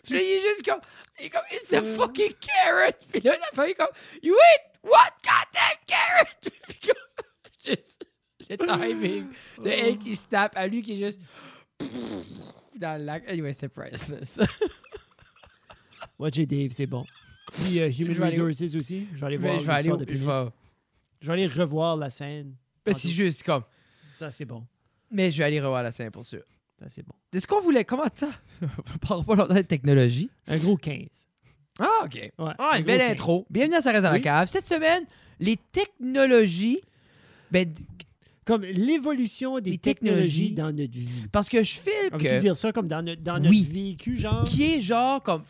Puis là, il est juste comme. Il est comme, it's a
Euh.
fucking carrot. Puis là, la femme est comme, you eat what goddamn carrot? [LAUGHS] Puis comme, juste le timing
Oh.
de elle qui se tape à lui qui est juste. Dans le lac. Anyway, c'est priceless.
Watch it, Dave, c'est bon. Puis euh,
Je
Human
vais aller-
Resources aussi. Ben, Je vais aller voir.
[LAUGHS] Mais je vais aller.
l'histoire
au-
de
Je
pénis.
vais.
Je vais aller revoir la scène.
Mais c'est juste comme.
Ça, c'est bon.
Mais je vais aller revoir la scène pour sûr.
Ça, c'est bon.
De ce qu'on voulait. Comment ça? [LAUGHS] On parle pas longtemps de technologie.
Un gros 15.
Ah, OK.
Ouais,
Ah,
un
une
gros
belle
15.
intro. Bienvenue à Ça reste dans la
Oui.
cave. Cette semaine, les technologies. Ben, d-
Comme l'évolution des
Les technologies.
technologies dans notre vie.
parce que je file
On
que.
dire ça comme dans notre, dans notre
Oui.
vécu, genre?
Qui est genre comme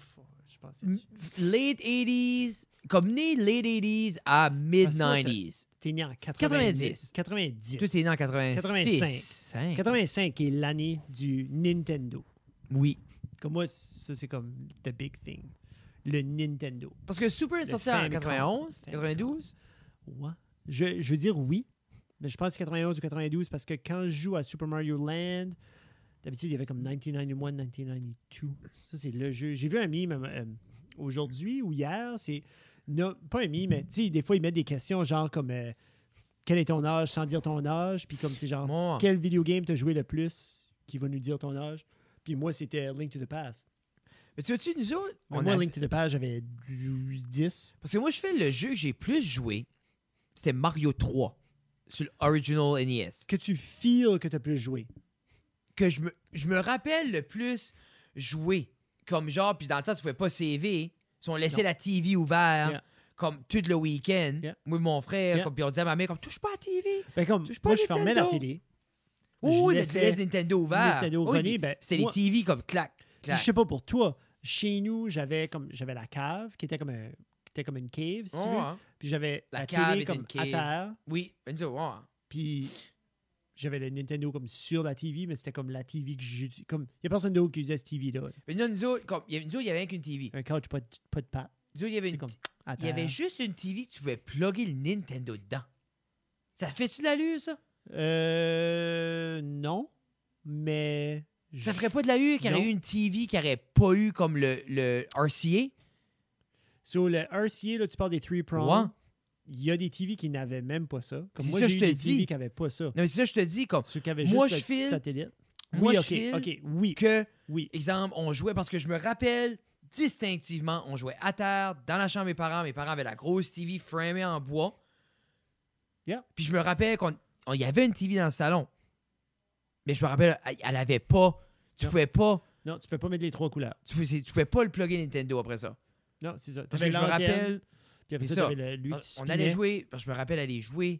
Je pensais
m- late 80s, comme né late 80s à mid 90s.
T'es né en
90.
90. 90.
Toi, t'es né en 86.
85. 85 est l'année du Nintendo.
Oui.
Comme moi, ça, c'est comme the big thing. Le Nintendo.
Parce que Super est
Le
sorti en
Famicom.
91,
Famicom.
92.
Ouais. Je, je veux dire oui, mais je pense 91 ou 92 parce que quand je joue à Super Mario Land, d'habitude, il y avait comme 1991, 1992. Ça, c'est le jeu. J'ai vu un mime euh, aujourd'hui ou hier. C'est. non, pas un mime, mais tu sais, des fois, ils mettent des questions genre comme euh, Quel est ton âge sans dire ton âge Puis comme c'est genre
Moi.
Quel video game t'as joué le plus qui va nous dire ton âge Puis moi, c'était Link to the Past.
Mais tu vois-tu, nous autres,
Mais
on
moi,
a-
Link to the Past, j'avais 10.
Parce que moi, je fais le jeu que j'ai plus joué, c'était Mario 3 sur l'original NES.
Que tu feels que t'as plus joué.
que je me, je me rappelle le plus jouer. Comme genre, puis dans le temps, tu pouvais pas saver. Si on laissait
Non.
la TV ouverte,
Yeah.
comme tout le week-end,
Yeah.
moi et mon frère,
Yeah.
comme, puis on disait à ma mère, comme, touche pas à la TV.
Ben comme,
Touche pas
moi,
au
je fermais la
Nintendo.
télé.
Oui, oui,
Je
mais tu
laissais
laisses Nintendo ouvert.
Nintendo
Oui,
runner,
puis
ben,
C'était les
moi-
TV comme clac,
Puis
clac.
Je sais pas pour toi. Chez nous, j'avais comme j'avais la cave qui était comme un, qui était comme une cave, si
Ouais,
tu veux.
hein.
Puis j'avais
La
la,
cave
télé
était
comme
une
à
cave.
terre.
Oui, ben, nous, ouais, hein.
Puis j'avais le Nintendo comme sur la TV, mais c'était comme la TV que j'utilisais. Comme il y a personne d'autre qui usait cette TV là.
Mais nous, nous autres, comme, il y avait- nous autres, il y avait rien qu'une TV.
Un couch pas de, pas de patte.
Nous autres, il y avait
C'est
une-
comme à
il y avait
terre.
juste une TV que tu pouvais plugger le Nintendo dedans. Ça se fait-tu de l'allure, ça?
Euh non, mais
Ça
je-
ferait pas de la U qu'il y aurait
Non.
eu une TV qui aurait pas eu comme le, le RCA?
Sur le RCA, là, tu parles des 3
Ouais.
prongs. Il y a des TV qui n'avaient même pas ça. Comme
C'est
moi,
ça,
j'ai
je
eu
te
des
dis.
TV qui n'avaient pas ça.
Non, mais c'est ça, je te dis, comme,
Ceux qui avaient
Moi,
juste
je
le petit
file.
satellite.
moi,
oui,
je
ok,
file
ok, oui,
que,
oui.
exemple, on jouait, parce que je me rappelle distinctivement, on jouait à terre, dans la chambre de mes parents. Mes parents avaient la grosse TV framée en bois.
Yeah.
Puis je me rappelle qu'on on- il y avait une TV dans le salon. Mais je me rappelle, elle, elle avait pas. Tu
Non.
pouvais pas.
Non, tu peux pas mettre les trois couleurs.
Tu pouvais, tu pouvais pas le plugger Nintendo après ça.
Non, c'est ça.
Parce
T'avais
que je me
l'antenne,
rappelle.
Puis après
c'est
ça,
ça.
t'avais le- lui
On- Euh,
qui
on
spinait.
allait jouer, parce que je me rappelle aller jouer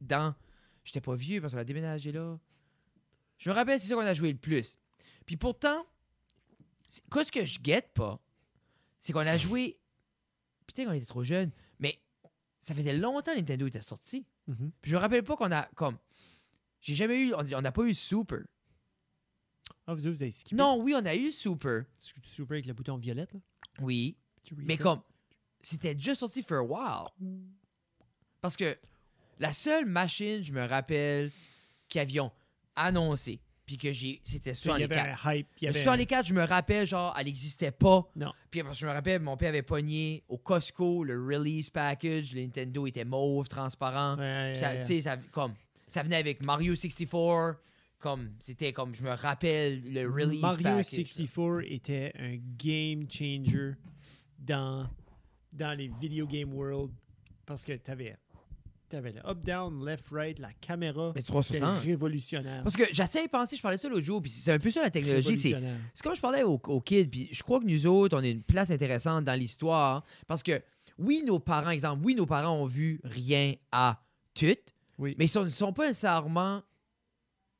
dans. J'étais pas vieux parce qu'on a déménagé là. Je me rappelle, c'est ça qu'on a joué le plus. Puis pourtant, c'est- quoi ce que je guette pas, c'est qu'on a joué. Peut-être qu'on était trop jeune, mais ça faisait longtemps que Nintendo était sorti.
Mhm.
Puis je me rappelle pas qu'on a comme. J'ai jamais eu. On on n'a pas eu Super.
Ah, vous, vous avez skippé.
Non, oui, on a eu Super.
Sou- Super avec le bouton violette, là.
Oui.
Tu
Mais
reset.
comme. C'était déjà sorti for a while. Parce que la seule machine, je me rappelle, qu'ils avions annoncé, puis que j'ai. C'était
Tu sais,
sur
Il y
les
avait
cartes.
un hype. Il y
Mais
avait
sur les cartes, je me rappelle, genre, elle n'existait pas.
Non.
Puis parce que je me rappelle, mon père avait pogné au Costco le release package, le Nintendo était mauve, transparent.
Ouais,
Puis ça,
ouais,
tu sais, ça, comme, ça venait avec Mario 64. Comme, c'était comme, je me rappelle le release
Mario
package.
64 était un game changer dans, dans les video game world parce que t'avais avais le up down, left right, la caméra,
Mais
c'était
360.
révolutionnaire.
Hein. Parce que j'essaie de penser, je parlais de ça l'autre jour, puis c'est un peu ça la technologie. C'est
Révolutionnaire.
C'est comme je parlais aux, aux kids, puis je crois que nous autres, on a une place intéressante dans l'histoire. Parce que, oui, nos parents, exemple, oui, nos parents ont vu rien à tout,
Oui.
mais ils sont- ne sont pas nécessairement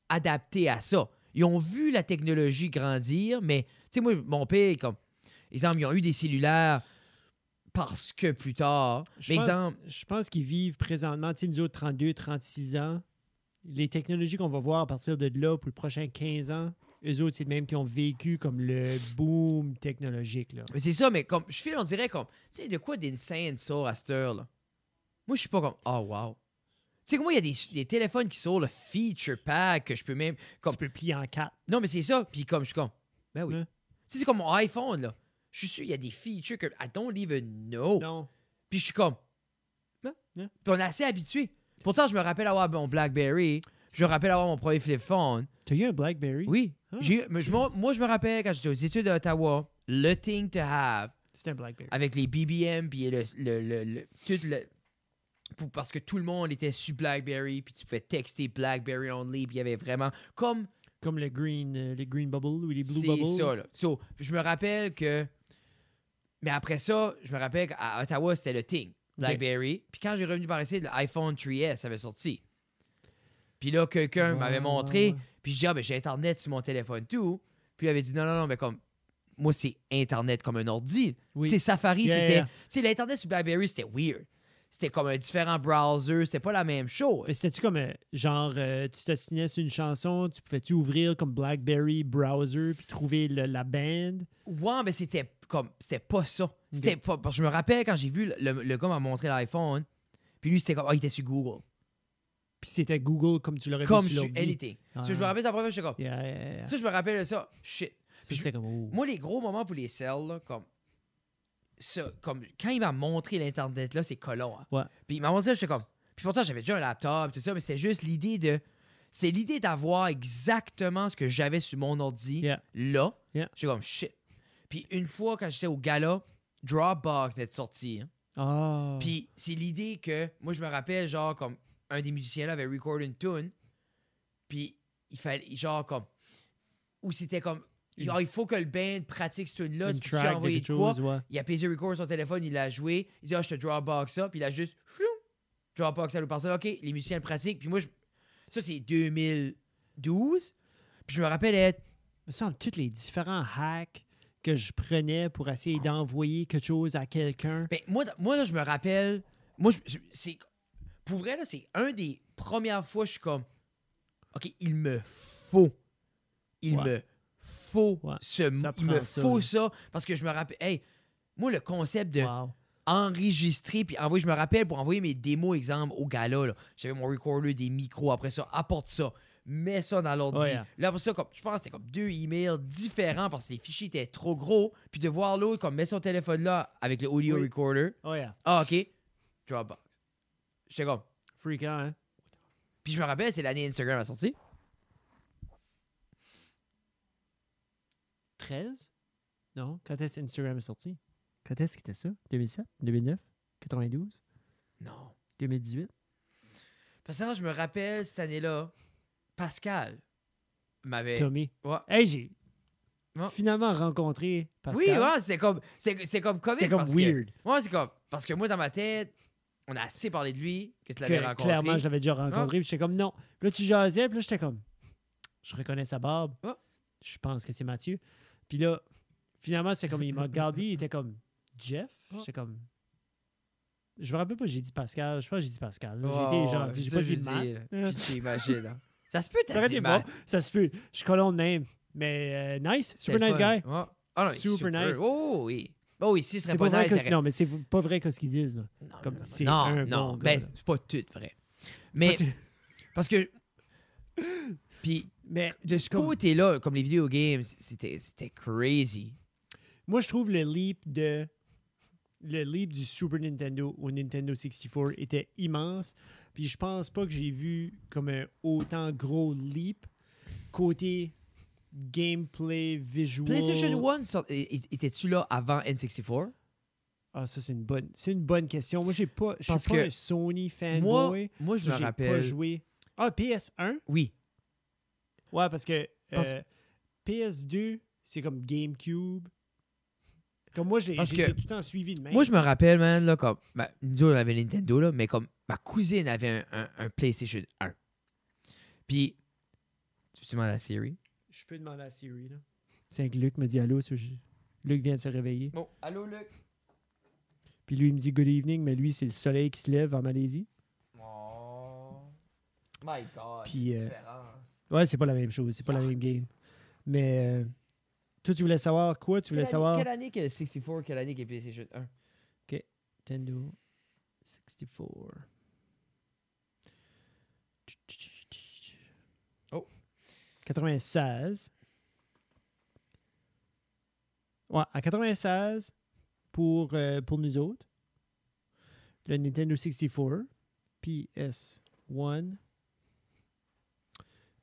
adaptés à ça. Ils ont vu la technologie grandir, mais, tu sais, moi, mon père, comme, exemple, ils ont eu des cellulaires parce que plus tard.
Je
Mais
pense,
exemple,
je pense qu'ils vivent présentement, tu sais, nous autres, 32, 36 ans. Les technologies qu'on va voir à partir de là pour le prochain 15 ans, eux autres, c'est de même qui ont vécu comme le boom technologique. Là.
c'est ça, mais comme, je file, on dirait comme, tu sais, de quoi d'insane sort à cette heure-là? Moi, je suis pas comme, oh, wow. Tu sais que moi, il y a des, des téléphones qui sortent le feature pack que je peux même. Comme,
Tu peux plier en quatre.
non, mais c'est ça. Puis comme, je suis comme, ben oui.
Ouais.
Tu sais, c'est comme mon iPhone, là. Je suis sûr, il y a des features que I don't even know.
Non.
Puis je suis comme, hein?
Hein?
Puis on est assez habitué. Pourtant, je me rappelle avoir mon Blackberry. Je me rappelle avoir mon premier flip phone.
T'as eu un Blackberry?
Oui.
Ah,
J'ai- mais je m'en- moi, je me rappelle quand j'étais aux études à Ottawa, le thing to have
C'était un Blackberry.
avec les BBM puis le, le, le- le- tout le pour- parce que tout le monde était sur BlackBerry puis tu pouvais texter BlackBerry only puis il y avait vraiment comme
Comme le green, euh, les green bubble ou les blue
c'est
bubble.
ça là. So, je me rappelle que mais après ça, je me rappelle qu'à Ottawa c'était le thing BlackBerry puis quand j'ai revenu par ici l'iPhone 3S avait sorti. Puis là quelqu'un
Ouais,
m'avait
ouais,
montré
ouais.
puis je dis ah ben j'ai internet sur mon téléphone tout puis il avait dit non non non mais comme moi c'est internet comme un ordi.
Oui.
Tu sais, Safari,
Yeah,
c'était.
yeah.
Tu sais, l'Internet sur Blackberry, c'était weird. C'était comme un différent browser, c'était pas la même chose.
Mais c'était-tu comme, euh, genre, euh, tu t'assignais sur une chanson, tu pouvais-tu ouvrir comme Blackberry browser puis trouver le- la band?
Ouais, mais c'était comme. C'était pas ça. C'était pas. Parce que je me rappelle quand j'ai vu le, le- le gars m'a montré l'iPhone, puis lui, c'était comme. Ah, il était sur Google.
Puis c'était Google comme tu l'aurais vu
Comme
sur
sur E
l'ordi.
anything. Ça, je me
Ah.
rappelle, c'est la première fois, j'étais comme.
Yeah, yeah, yeah.
Ça, je me rappelle de ça. Shit.
Ça, c'était comme, oh.
Moi, les gros moments pour les cells, là, comme. Ça, comme quand il m'a montré l'Internet, là, c'est colon. hein.
Ouais.
Puis il m'a montré, j'étais comme. Puis pourtant, j'avais déjà un laptop, tout ça, mais c'était juste l'idée de. C'est l'idée d'avoir exactement ce que j'avais sur mon ordi
Yeah.
là.
Yeah.
J'étais comme shit. Puis une fois, quand j'étais au gala, Dropbox venait de sortir. hein.
Ah.
Puis c'est l'idée que. Moi, je me rappelle, genre, comme un des musiciens là avait recordé une tune. Puis il fallait. Genre, comme. Ou c'était comme.
Une-
Ah, il faut que le band pratique cette tune-là.
une
Tu peux
track de
envoyer
quelque
de quoi?
chose, ouais.
Il a pesé record sur son téléphone, il l'a joué. Il dit, ah, je te Dropbox ça. Puis il a juste, chloum, Dropbox ça, par ça. OK, les musiciens le pratiquent. Puis moi, je... ça, c'est 2012. Puis je me rappelle être.
me semble tous les différents hacks que je prenais pour essayer d'envoyer quelque chose à quelqu'un.
Ben, moi, dans- moi là, je me rappelle. Moi, je- je- c'est. Pour vrai, là, c'est un des premières fois je suis comme. OK, il me faut. Il
Ouais.
me faut
Ouais,
ce.
ça
Il me
prend ça,
faut
là.
ça. Parce que je me rappelle. Hey, moi, le concept de.
Wow.
enregistrer puis envoyer. Je me rappelle pour envoyer mes démos, exemple, au gala, là, j'avais mon recorder, des micros. Après ça, apporte ça, mets ça dans l'ordi.
Ouais, hein.
Là, après ça, comme, je pense que c'était comme deux emails différents parce que les fichiers étaient trop gros. Puis de voir l'autre, comme, mets son téléphone là avec le audio
Oui.
recorder.
Oh yeah.
Ah, OK. Dropbox. J'étais comme.
Freak out, hein?
Puis je me rappelle, c'est l'année Instagram a sorti.
13? Non. Quand est-ce que Instagram est sorti? Quand est-ce que c'était ça? 2007? 2009? 92?
Non.
2018?
Parce que non, je me rappelle cette année-là, Pascal m'avait.
Tommy.
Eh, Ouais.
Hey, j'ai
Ouais.
finalement rencontré Pascal.
Oui, ouais, c'était comme. C'est c'est comme comique.
C'était comme
parce que-
weird.
Ouais, c'est comme. Parce que moi, dans ma tête, on a assez parlé de lui que tu l'avais
que
rencontré.
clairement, je l'avais déjà rencontré. Puis j'étais comme, non. Puis là, tu jasais. Puis là, j'étais comme, je reconnais sa barbe.
Ah.
Je pense que c'est Mathieu. Puis là, finalement, c'est comme, il m'a regardé. Il était comme, Jeff.
Ah.
J'étais comme, Je me rappelle pas, j'ai dit Pascal. Je pense que j'ai dit Pascal. là. J'ai
Oh,
été gentil. J'ai
ça,
pas
je
dit Matt.
dis, là. Tu t'imagines,
[LAUGHS]
hein. Ça se peut,
Ça
t'as
aurait
dit
été
Matt.
bon. Ça se peut. Je suis colon de name. Mais euh, nice. Super
C'est le
nice
fun.
guy.
Ouais. Ah non, il est
Super
super
nice.
Oh oui. Oh oui, si ce
C'est
serait
pas
pas,
vrai
nice,
que-
il aurait-
Non, mais c'est pas vrai que ce qu'ils disent. là. comme
non,
c'est
non,
un
non,
bon gars,
ben,
là.
c'est pas tout vrai. Mais
Pas tu-
parce
[LAUGHS]
que puis
Mais
de ce
Comme-
côté-là, comme les video games, c'était c'était crazy.
moi, je trouve le leap de le leap du Super Nintendo au Nintendo 64 était immense. Puis je pense pas que j'ai vu comme un autant gros leap côté gameplay, visual.
PlayStation 1 sort- é- é- étais-tu là avant N64
Ah, ça c'est une bonne, c'est une bonne question. Moi, j'ai pas, je
Parce
suis pas
que
un Sony
Moi,
fanboy.
moi je
j'ai
me
pas
rappelle.
joué. Ah, PS1.
Oui,
Ouais, parce que euh,
Parce-
PS2, c'est comme GameCube. Comme moi, j'ai
Parce que-
tout le temps suivi de même.
moi je me rappelle man là comme ben, nous autres, on avait Nintendo là, mais comme ma cousine avait un, un- un PlayStation 1. Puis tu te demandes la série
Je peux demander à Siri, là. C'est que Luc me dit allô. ce- je- Luc vient de se réveiller.
Bon, Oh, allô Luc.
Puis lui, il me dit good evening, mais lui, c'est le soleil qui se lève en Malaisie.
Oh. My God.
Puis, euh,
différence.
Ouais, c'est pas la même chose, c'est pas la même game. Mais euh, toi, tu voulais savoir quoi? Tu voulais savoir
Quelle année que le 64, quelle année que PlayStation 1
Nintendo 64.
Oh.
96. Ouais, en 96, pour, euh, pour nous autres, le Nintendo 64, PS1.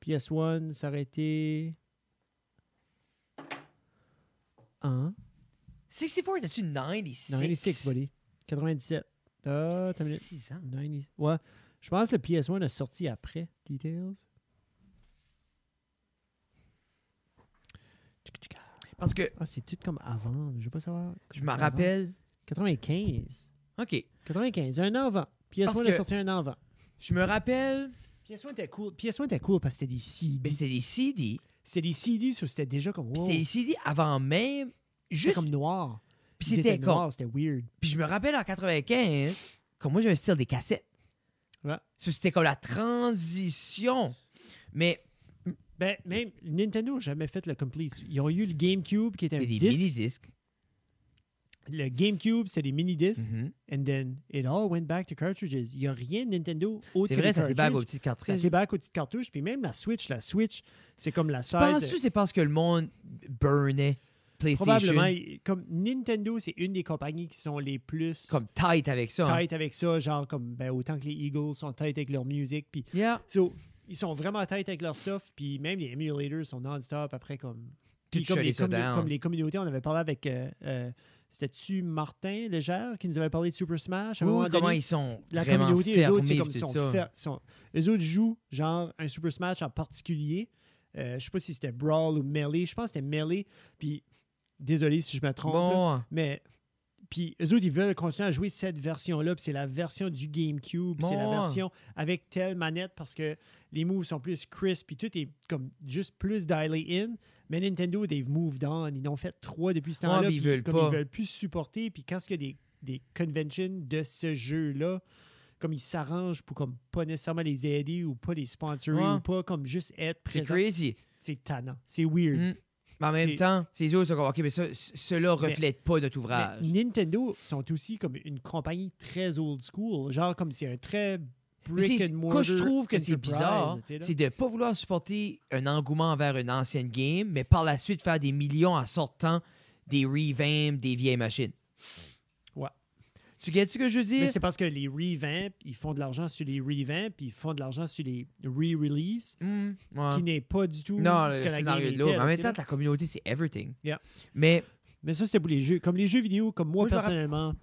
PS1 s'arrêtait en
64, t'as-tu 96
96, buddy. 97. Ah, t'as une minute.
6 ans.
90. Ouais. Je pense que le PS1 a sorti après. Details. Tchik, tchik.
Parce que
Ah, c'est tout comme avant. Je veux pas savoir.
je
comment
me
c'est avant.
rappelle.
95.
Ok.
95. Un an avant. PS1
Parce
a
que-
sorti un an avant.
Je me rappelle.
PS1 était cool. PS1 était cool parce que c'était des
Mais
CD.
c'était des CD.
C'était des CD, so c'était déjà comme.
Puis
Wow.
c'était des CD avant même.
C'était
Juste.
comme noir.
Puis
Ils
c'était
étaient
con.
noirs, C'était weird.
Puis je me rappelle en 95, comme moi, j'avais un style des cassettes.
Ouais.
Ça, C'était comme la transition. Mais
Ben, même Nintendo n'a jamais fait le complete. Ils ont eu le GameCube qui était un
c'était des
disque.
mini-disques.
le GameCube, c'était des mini-disques.
Mhm.
And then it all went back to cartridges. Il n'y a rien de Nintendo autre
C'est
que
vrai,
les
ça débarque aux
cartridges.
petites
Ça
cartouches.
débarque aux petites cartouches. Puis même la Switch, la Switch, c'est comme la side.
Penses-tu que c'est parce que le monde burnait PlayStation
Probablement, il- comme Nintendo, c'est une des compagnies qui sont les plus
comme tight avec ça? hein?
tight avec ça. Genre, comme ben, autant que les Eagles sont tight avec leur musique. Puis,
Yeah.
so, ils sont vraiment tight avec leur stuff. Puis même les emulators sont non-stop après, comme.
Tout
puis comme,
shutté
les,
ça
commu-
down.
comme les communautés, on avait parlé avec. euh, euh, C'était-tu Martin Légère qui nous avait parlé de Super Smash? à un
Ouh,
moment donné?
comment ils sont
la
vraiment
communauté, les
fermés
autres, c'est
pis
comme
tout
sont,
ça.
fer- sont- Eux autres jouent genre un Super Smash en particulier. Euh, je sais pas si c'était Brawl ou Melee. Je pense que c'était Melee. Puis, désolé si je me trompe. là,
Bon,
mais, puis eux autres, ils veulent continuer à jouer cette version-là. Puis c'est la version du GameCube. puis C'est la
Bon.
version avec telle manette parce que les moves sont plus crisp. Puis tout est comme juste plus dialé in. Mais Nintendo, they've moved on. Ils en ont fait trois depuis ce
Ouais,
temps-là.
puis
puis
ils veulent
comme
pas.
ils veulent plus supporter. Puis quand il y a des, des conventions de ce jeu-là, comme ils s'arrangent pour comme pas nécessairement les aider ou pas les sponsorer
Ouais.
ou pas, comme juste être
c'est
présent.
crazy.
C'est tannant. C'est weird.
Mm. Mais en
C'est-
même temps, ces autres sont comme, OK, mais ça, c- cela reflète pas notre
Mais
ouvrage.
Nintendo sont aussi comme une compagnie très old school. Genre, comme c'est un très
Mais
brick
c'est-
and mortar.
quoi, je trouve que c'est
enterprise,
bizarre,
tu sais, là.
c'est de pas vouloir supporter un engouement envers une ancienne game, mais par la suite faire des millions en sortant des revamps des vieilles machines.
Ouais.
Tu gagnes ce que je veux
Mais
dire?
c'est parce que les revamps, ils font de l'argent sur les revamps, puis ils font de l'argent sur les re-releases,
Mm, ouais.
qui n'est pas du tout
Non,
ce
le
que la
scénario
game
de l'autre.
était,
Mais En
tu
même
sais,
temps,
là.
la communauté, c'est everything.
Yeah.
Mais
Mais ça, c'était pour les jeux. Comme les jeux vidéo, comme moi,
Moi, je me rapp-
personnellement,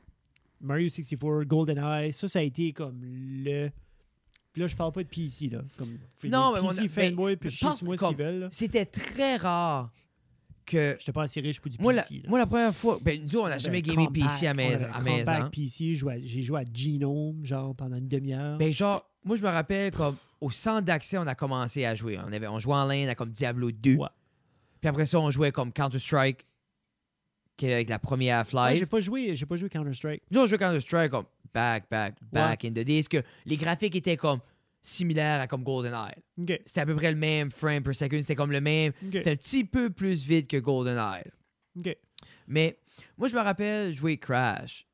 Mario 64, GoldenEye, ça, ça a été comme le. Puis là, je parle pas de PC, là. Comme,
Non,
les
mais on a-
PC,
mais-
fanboy,
mais
puis je sais
pense
moi ce
comme-
qu'ils veulent. là.
c'était très rare que.
J'étais pas assez riche pour du
Moi, la,
PC. là.
moi, la première fois. Ben, nous, autres, on n'a jamais
Ben,
gamé
Compact,
PC à
on
maison.
avait
À
Compact
maison. hein.
PC, je jouais à- j'ai joué à Genome, genre, pendant une demi-heure.
Ben, genre, moi, je me rappelle, comme, au centre d'accès, on a commencé à jouer. On, avait, on jouait en ligne à comme Diablo 2.
Ouais.
Puis après ça, on jouait comme Counter-Strike, qui est avec la première
Ouais,
Half-Life.
j'ai pas joué, j'ai pas joué Counter-Strike.
nous, on jouait Counter-Strike comme back, back, back in the days que les graphiques étaient comme similaires à comme GoldenEye.
OK.
C'était à peu près le même frame per second, c'était comme le même.
OK.
C'était un petit peu plus vite que GoldenEye.
OK.
Mais moi, je me rappelle jouer Crash.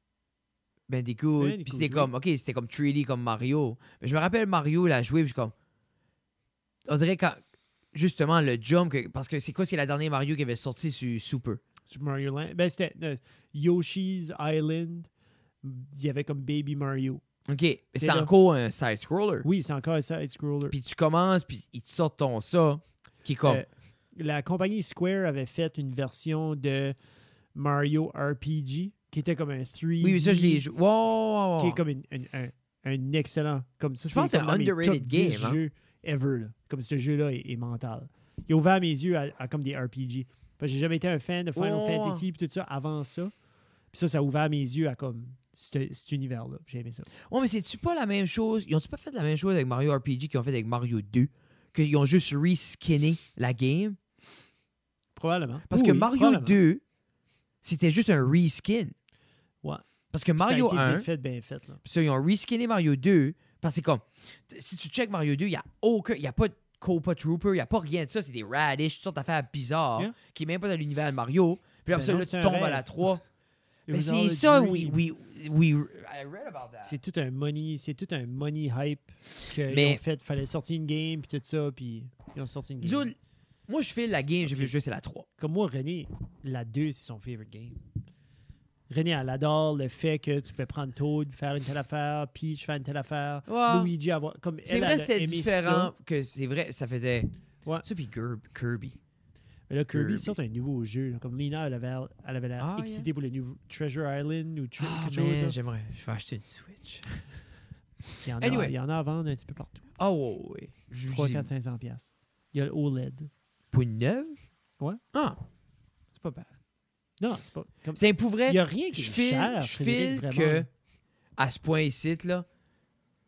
Ben, des coups.
Bandicoot,
Puis c'est
oui.
comme, OK, c'était comme 3D comme Mario. Mais je me rappelle Mario la jouer, puis je suis comme. On dirait quand. Justement, le jump. que- parce que c'est quoi, c'est la dernière Mario qui avait sorti sur Super.
Super Mario Land. Ben, c'était euh, Yoshi's Island. Il y avait comme Baby Mario.
OK. mais C'est
là.
encore un side-scroller.
Oui, c'est encore un side-scroller.
Puis tu commences, puis ils te sortent ton ça, qui est comme.
Euh, la compagnie Square avait fait une version de Mario RPG qui était comme un 3
oui, mais ça, je l'ai joué. Wow,
Qui est comme une- une- un, un excellent. Comme
Ah.
ça,
Je pense
c'est
que c'est
comme
un
dans mes top
underrated
10
game, hein.
jeux ever. là. Comme ce jeu-là est, est mental. Il a ouvert mes yeux à, à comme des RPG. Parce que j'ai jamais été un fan de Final
Ouais, ouais, ouais.
Fantasy puis tout ça avant ça. Puis ça, ça a ouvert mes yeux à comme cet, cet univers-là. J'ai aimé ça.
Ouais, mais c'est-tu pas la même chose? Ils ont-tu pas fait la même chose avec Mario RPG qu'ils ont fait avec Mario 2? Qu'ils ont juste reskinné la game?
Probablement.
Parce que
Oui,
Mario
probablement.
2, c'était juste un reskin.
Ouais.
Parce que
Puis ça a
Mario
été
1,
vite fait, bien fait. Là.
puis ça, ils ont reskinné Mario 2, parce que c'est comme, t- si tu check Mario 2, il n'y a aucun, il n'y a pas de Copa Trooper, il n'y a pas rien de ça, c'est des radish, toutes sortes d'affaires bizarres,
Yeah.
qui n'est même pas dans l'univers de Mario. Puis là,
Ben
après ça,
non,
là,
c'est
tu
un
tombes à
rêve.
la 3.
[LAUGHS] It
Mais
was all
ben c'est
a
ça,
dream.
oui, oui, oui, I read about that.
C'est tout un money, c'est tout un money hype qu'ils
Mais-
ont fait. Fallait sortir une game puis tout ça, puis ils ont sorti une
Nous
game.
autres, moi, je file la game, j'ai plus jouer, c'est la 3.
Comme moi, René, la 2, c'est son favorite game. René, elle adore le fait que tu peux prendre Toad, faire une telle affaire, Peach, faire une telle affaire,
Ouais.
Luigi, avoir. Comme
C'est
elle,
vrai,
elle a
c'était
aimé
différent,
ça.
que c'est vrai, ça faisait.
Ouais.
Ça, puis Gur- Kirby.
Mais là, Kirby,
Kirby.
sort un nouveau jeu. là. Comme Lina, elle avait elle avait l'air
Ah, yeah.
excitée pour le nouveau Treasure Island ou tre-
Ah,
quelque chose.
man,
là.
j'aimerais. Je vais acheter une Switch.
Il y, en a,
Anyway.
il y en a à vendre un petit peu partout.
Ah, ouais, ouais, ouais. Je
3,
dis-
4, 500 piastres. Il y a le E OLED.
Pour une neuve?
Ouais.
Ah, c'est pas bad.
Non, c'est pas. Comme...
C'est pour
Il
vrai.
n'y a rien qui
Je
est
file,
cher.
je
Frédéric,
file
vraiment.
que à ce point ici, là,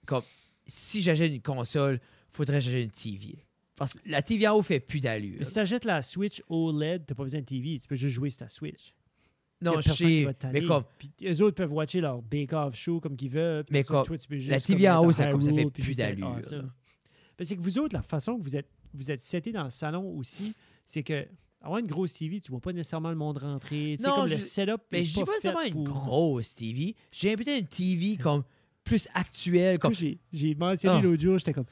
comme si j'achète une console, faudrait que j'achète une TV. Parce que la TV en haut fait plus d'allure.
Mais si t'achètes la Switch OLED, t'as pas besoin de TV, tu peux juste jouer sur ta Switch. Y
Non,
a
je
personne qui
sais.
va te tanner.
Mais comme,
Puis les autres peuvent watcher leur Bake Off show comme qu'ils veulent. puis
Mais
comme ça,
comme,
toi, tu peux juste
la
comme
TV en
mettre
haut, ça- comme ça fait
Hyrule, puis
plus
juste ah, être
d'allure,
awesome.
là.
Ben, c'est que vous autres, la façon que vous êtes, vous êtes setés dans le salon aussi, c'est que avoir une grosse TV, tu vois pas nécessairement le monde rentrer. Tu sais,
Non,
comme le
je-
setup.
mais
est
je dis pas
fait
nécessairement une
pour-
grosse TV. J'ai peut-être une TV comme plus actuelle,
Moi,
comme
J'ai j'ai mentionné
Ah.
l'autre jour, j'étais comme.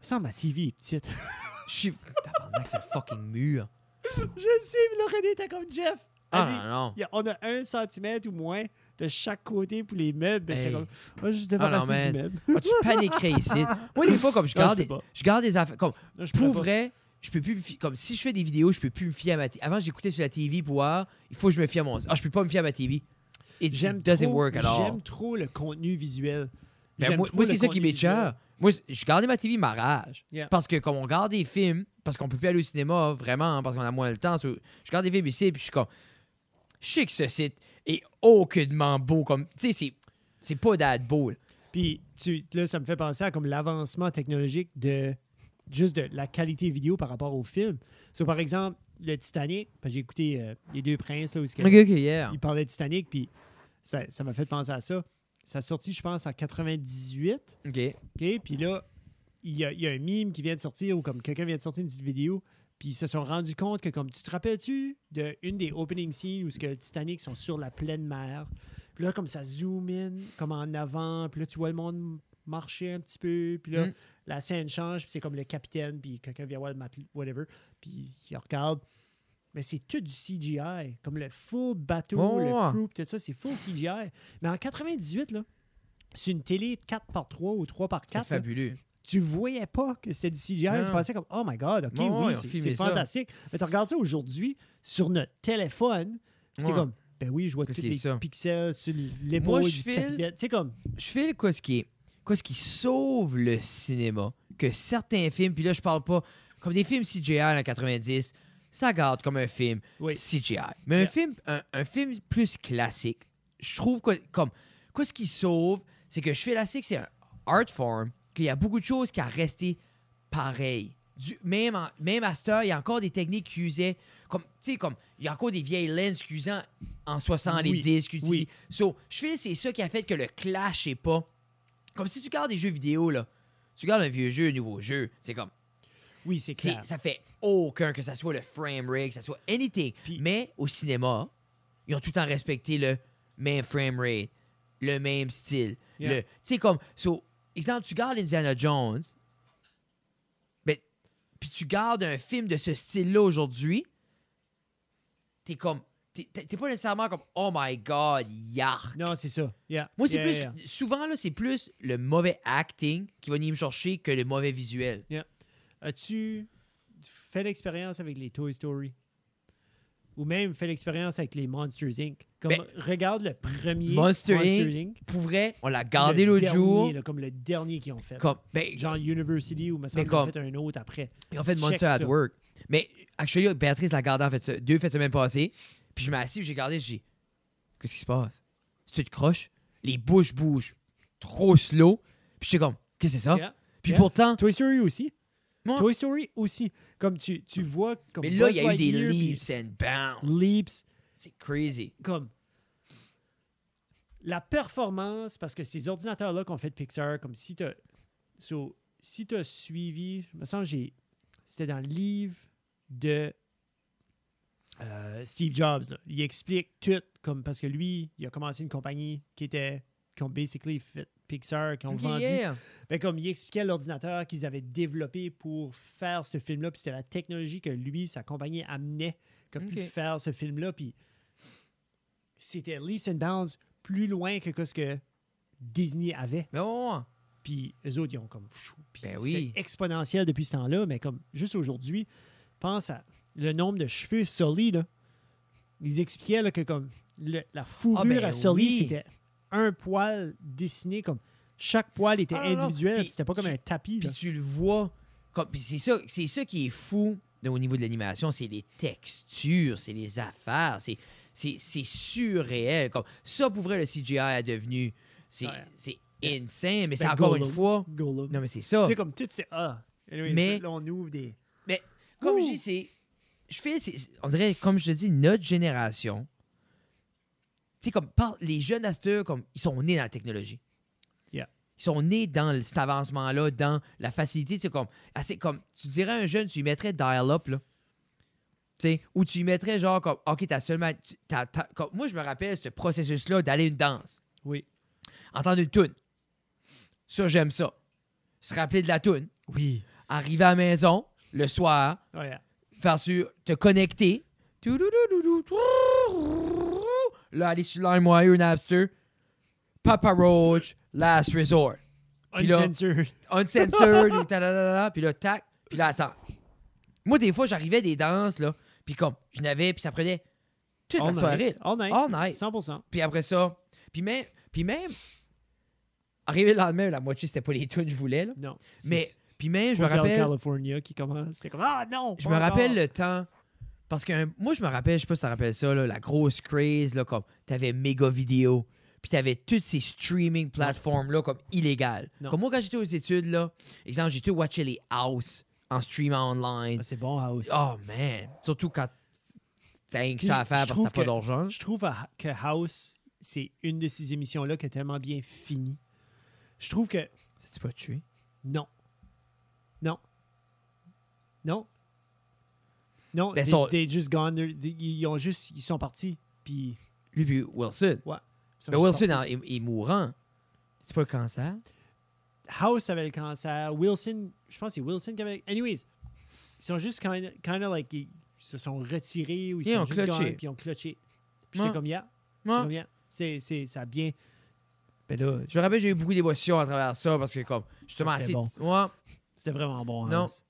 Ça, ma TV est petite. [LAUGHS]
Je suis. Tabarnak, c'est un fucking mur.
je sais, mais le René était comme Jeff.
Ah
Vas-y,
non, non.
Il y a- on a un centimètre ou moins de chaque côté pour les meubles. Ben, J'étais
Hey.
comme, oh, je devais
Ah non,
passer du
man.
meuble.
Ah, tu paniquerais ici. Moi, des fois, comme je
Non,
garde,
je peux
des-
pas.
je garde des affaires. Comme,
Non, je
pour
pourrais pas.
vrai, je peux plus me fier. Comme si je fais des vidéos, je peux plus me fier à ma TV. Avant, j'écoutais sur la TV pour voir. Il faut que je me fie à mon. Ah, je peux pas me fier à ma TV. It
J'aime
just doesn't
trop-
work at all.
J'aime trop le contenu visuel.
Ben,
J'aime
moi,
trop
moi,
le
c'est ça qui
contenu Ah,
m'écœure. Moi, c- je gardais ma TV, ma rage.
Yeah.
Parce que, comme on garde des films, parce qu'on peut plus aller au cinéma, vraiment, hein, parce qu'on a moins le temps, so- je garde des films ici, puis je suis comme. Je sais que ce site est aucunement beau. Comme, tu sais, c'est- c'est pas d'ad beau. là.
visuel. Puis tu, là, ça me fait penser à comme l'avancement technologique de juste de la qualité vidéo par rapport au film. So, par exemple, le Titanic, parce que j'ai écouté euh, Les Deux Princes, là, où ce que-
Ok, ok, yeah.
il parlait de Titanic, puis ça ça m'a fait penser à ça. Ça a sorti, je pense, en 98.
OK.
OK? Puis là, il y, a, il y a un mime qui vient de sortir ou comme quelqu'un vient de sortir une petite vidéo. Puis ils se sont rendus compte que, comme tu te rappelles-tu de une des opening scenes où ce que le Titanic sont sur la pleine mer. Puis là, comme ça zoom in, comme en avant. Puis là, tu vois le monde marcher un petit peu. Puis là,
Mm.
la scène change. Puis c'est comme le capitaine. Puis quelqu'un vient voir le matelot, whatever. Puis il regarde. Mais c'est tout du CGI. Comme le full bateau,
Ouais, ouais.
le crew, puis tout ça, c'est full CGI. Mais en 98, là, c'est une télé 4x3 ou 3x4.
C'est
là,
fabuleux.
tu voyais pas que c'était du CGI.
Non.
Tu pensais comme, oh my God, OK,
Ouais, ouais,
oui,
ils ont
c'est-
filmé
c'est
ça.
fantastique. Mais tu regardes ça aujourd'hui sur notre téléphone, puis t'es
Ouais.
comme, ben oui, je vois
Qu'est-ce
tous
qui est
les
ça?
pixels sur l'épaule
Moi,
du
je file-
capitaine. Tu sais, comme,
Je fais quoi ce qui est- quoi ce qui sauve le cinéma que certains films puis là je parle pas comme des films CGI en 90 ça garde comme un film
oui,
CGI mais
Yeah.
un film un, un film plus classique je trouve que comme quoi ce qui sauve c'est que je fais classique c'est un art form qu'il y a beaucoup de choses qui a resté pareilles du- même, en- même à cette heure, il y a encore des techniques qu'ils usaient. Comme, tu sais, comme, il y a encore des vieilles lenses qu'ils usaient en 70, qu'ils
oui.
utilisent. So, je fais, c'est ça qui a fait que le clash est pas. Comme si tu gardes des jeux vidéo, là. Tu gardes un vieux jeu, un nouveau jeu. C'est comme.
Oui, c'est
C'est-
clair.
Ça fait aucun, que ça soit le frame rate, que ça soit anything.
Puis-
mais au cinéma, ils ont tout le temps respecté le même frame rate, le même style.
Yeah.
le- Tu sais, comme, so, exemple, tu gardes Indiana Jones, ben, puis tu gardes un film de ce style-là aujourd'hui, t'es comme, t'es- t'es t'es pas nécessairement comme, oh my god, yark.
Non, c'est ça. Yeah.
Moi, c'est
Yeah,
plus,
yeah, yeah.
souvent, là, c'est plus le mauvais acting qui va venir me chercher que le mauvais visuel.
As-tu fait l'expérience avec les Toy Story? Ou même fait l'expérience avec les Monsters Inc. Comme,
Ben,
regarde le premier
Monster Pour vrai, on l'a gardé
Le
l'autre
dernier,
jour.
là, comme le dernier qu'ils ont fait.
Comme, ben,
Genre University ou ma
Mais
semble qu'ils ont
comme-
fait un autre après.
Ils ont fait
Check
Monster at
ça.
Work. Mais, actually, Béatrice l'a gardé en fait, ça- deux fêtes semaine passée. Puis je m'ai assis, j'ai gardé, j'ai dit, qu'est-ce qui se passe? C'est une croche. Les bouches bougent trop slow. Puis j'étais comme, qu'est-ce que c'est ça?
Yeah.
Puis
yeah.
pourtant,
Toy Story aussi.
Moi-
Toy Story aussi. Comme tu, tu vois. Comme
mais là,
Buzz
il y a eu des
Lightyear, puis
leaps and bounds.
Leaps.
C'est crazy.
Comme. La performance, parce que ces ordinateurs-là qu'on fait de Pixar, comme si tu so, si t'as suivi, je me sens que j'ai. C'était dans le livre de euh, Steve Jobs. là. Il explique tout, comme parce que lui, il a commencé une compagnie qui était. qui ont basically fait Pixar, qui ont
Ok,
vendu.
yeah.
Ben, comme il expliquait à l'ordinateur qu'ils avaient développé pour faire ce film-là, puis c'était la technologie que lui, sa compagnie amenait comme
Ok.
pu faire ce film-là, puis c'était leaps and bounds plus loin que que ce que Disney avait.
Mais ouais, ouais, ouais.
Puis eux autres, ils ont comme pfiou, puis
Ben oui.
c'est exponentiel depuis ce temps-là, mais comme juste aujourd'hui, pense à le nombre de cheveux Sully, là. Ils expliquaient là, que comme le- la fourrure
ben
à Sully,
oui.
c'était un poil dessiné comme chaque poil était
Ah, non, non.
individuel,
Puis
puis c'était pas comme
tu-
un tapis.
Puis
là.
tu le vois. Comme, puis c'est ça, c'est ça qui est fou de- au niveau de l'animation, c'est les textures, c'est les affaires, c'est, c'est, c'est surréel. Comme, ça, pour vrai, le CGI a devenu... C'est,
Ouais.
c'est insane, mais c'est
Ben,
encore une
Gollum.
fois...
Gollum.
Non, mais c'est ça.
Tu sais, comme tout, c'est ah. Anyway,
Mais-
ça, là, on ouvre des.
Mais comme
Ouh.
je dis, c'est... Je fais... c'est- on dirait, comme je te dis, notre génération... Tu sais, comme par- les jeunes astures, comme ils sont nés dans la technologie.
Yeah.
Ils sont nés dans le- cet avancement-là, dans la facilité. C'est comme, assez comme, tu dirais à un jeune, tu lui mettrais dial-up, là. Tu sais, ou tu lui mettrais genre comme, OK, t'as seulement. tu- t'as- t'as- comme- moi, je me rappelle ce processus-là d'aller à une danse,
Oui.
entendre une toune. Ça, j'aime ça. Se rappeler de la toune,
Oui. Oh,
arriver à la maison le soir,
Ouais.
faire sur te connecter. Touloulouloulou, touloulou. Là, aller sur LimeWire, Napster, Papa Roach, Last Resort. Puis là-
Uncensored.
Uncensored, ou tadadada, puis là, tac, puis là, attends. Moi, des fois, j'arrivais des danses, là, puis comme, je n'avais, puis ça prenait toute la
All
soirée.
night.
là.
All night.
All night.
100%.
Puis après ça, puis même, puis même, arrivé le lendemain, la moitié, c'était pas les tunes que je voulais, là.
Non. C'est-
Mais, puis même, je me
Hotel
rappelle,
California qui commence. C'est comme Ah non!
Je
pas
me rappelle
encore.
le temps. Parce que un- moi, je me rappelle, je sais pas si tu te rappelles ça, là, la grosse craze, là, comme t'avais méga vidéo, puis t'avais toutes ces streaming plateformes-là, comme illégales.
Non.
Comme moi, quand j'étais aux études, là, exemple, j'ai tout watché les house en streamant online.
Ah, C'est bon, House.
Oh man! Surtout quand t'as rien que ça à
Puis,
faire parce que
je
t'as
trouve
pas
que-
d'argent.
Je trouve à- que House, c'est une de ces émissions-là qui est tellement bien finie. Je trouve que
Ça pas tué?
non. Non. Non. Non,
Ben,
they,
sont-
they just gone. They're- they- ils ont juste. Ils sont partis. Puis.
Lui, puis Wilson.
ils sont
Mais
juste
Ben, Wilson
partis.
en- est, est mourant. C'est pas le cancer?
House avait le cancer. Wilson, je pense que c'est Wilson qui avait. Anyways, ils sont juste kind of like. Ils se sont retirés ou ils,
Ils
sont
ont
juste
clutché.
gone, puis ils ont clutché. Puis
Ouais.
J'étais comme, yeah.
Ouais.
J'étais comme, yeah. C'est, c'est, ça a bien. Ben là,
Je me rappelle, j'ai eu beaucoup d'émotions à travers ça parce que, comme, justement,
Ah,
assez.
c'était
Ouais.
c'était vraiment bon.
Non.
House.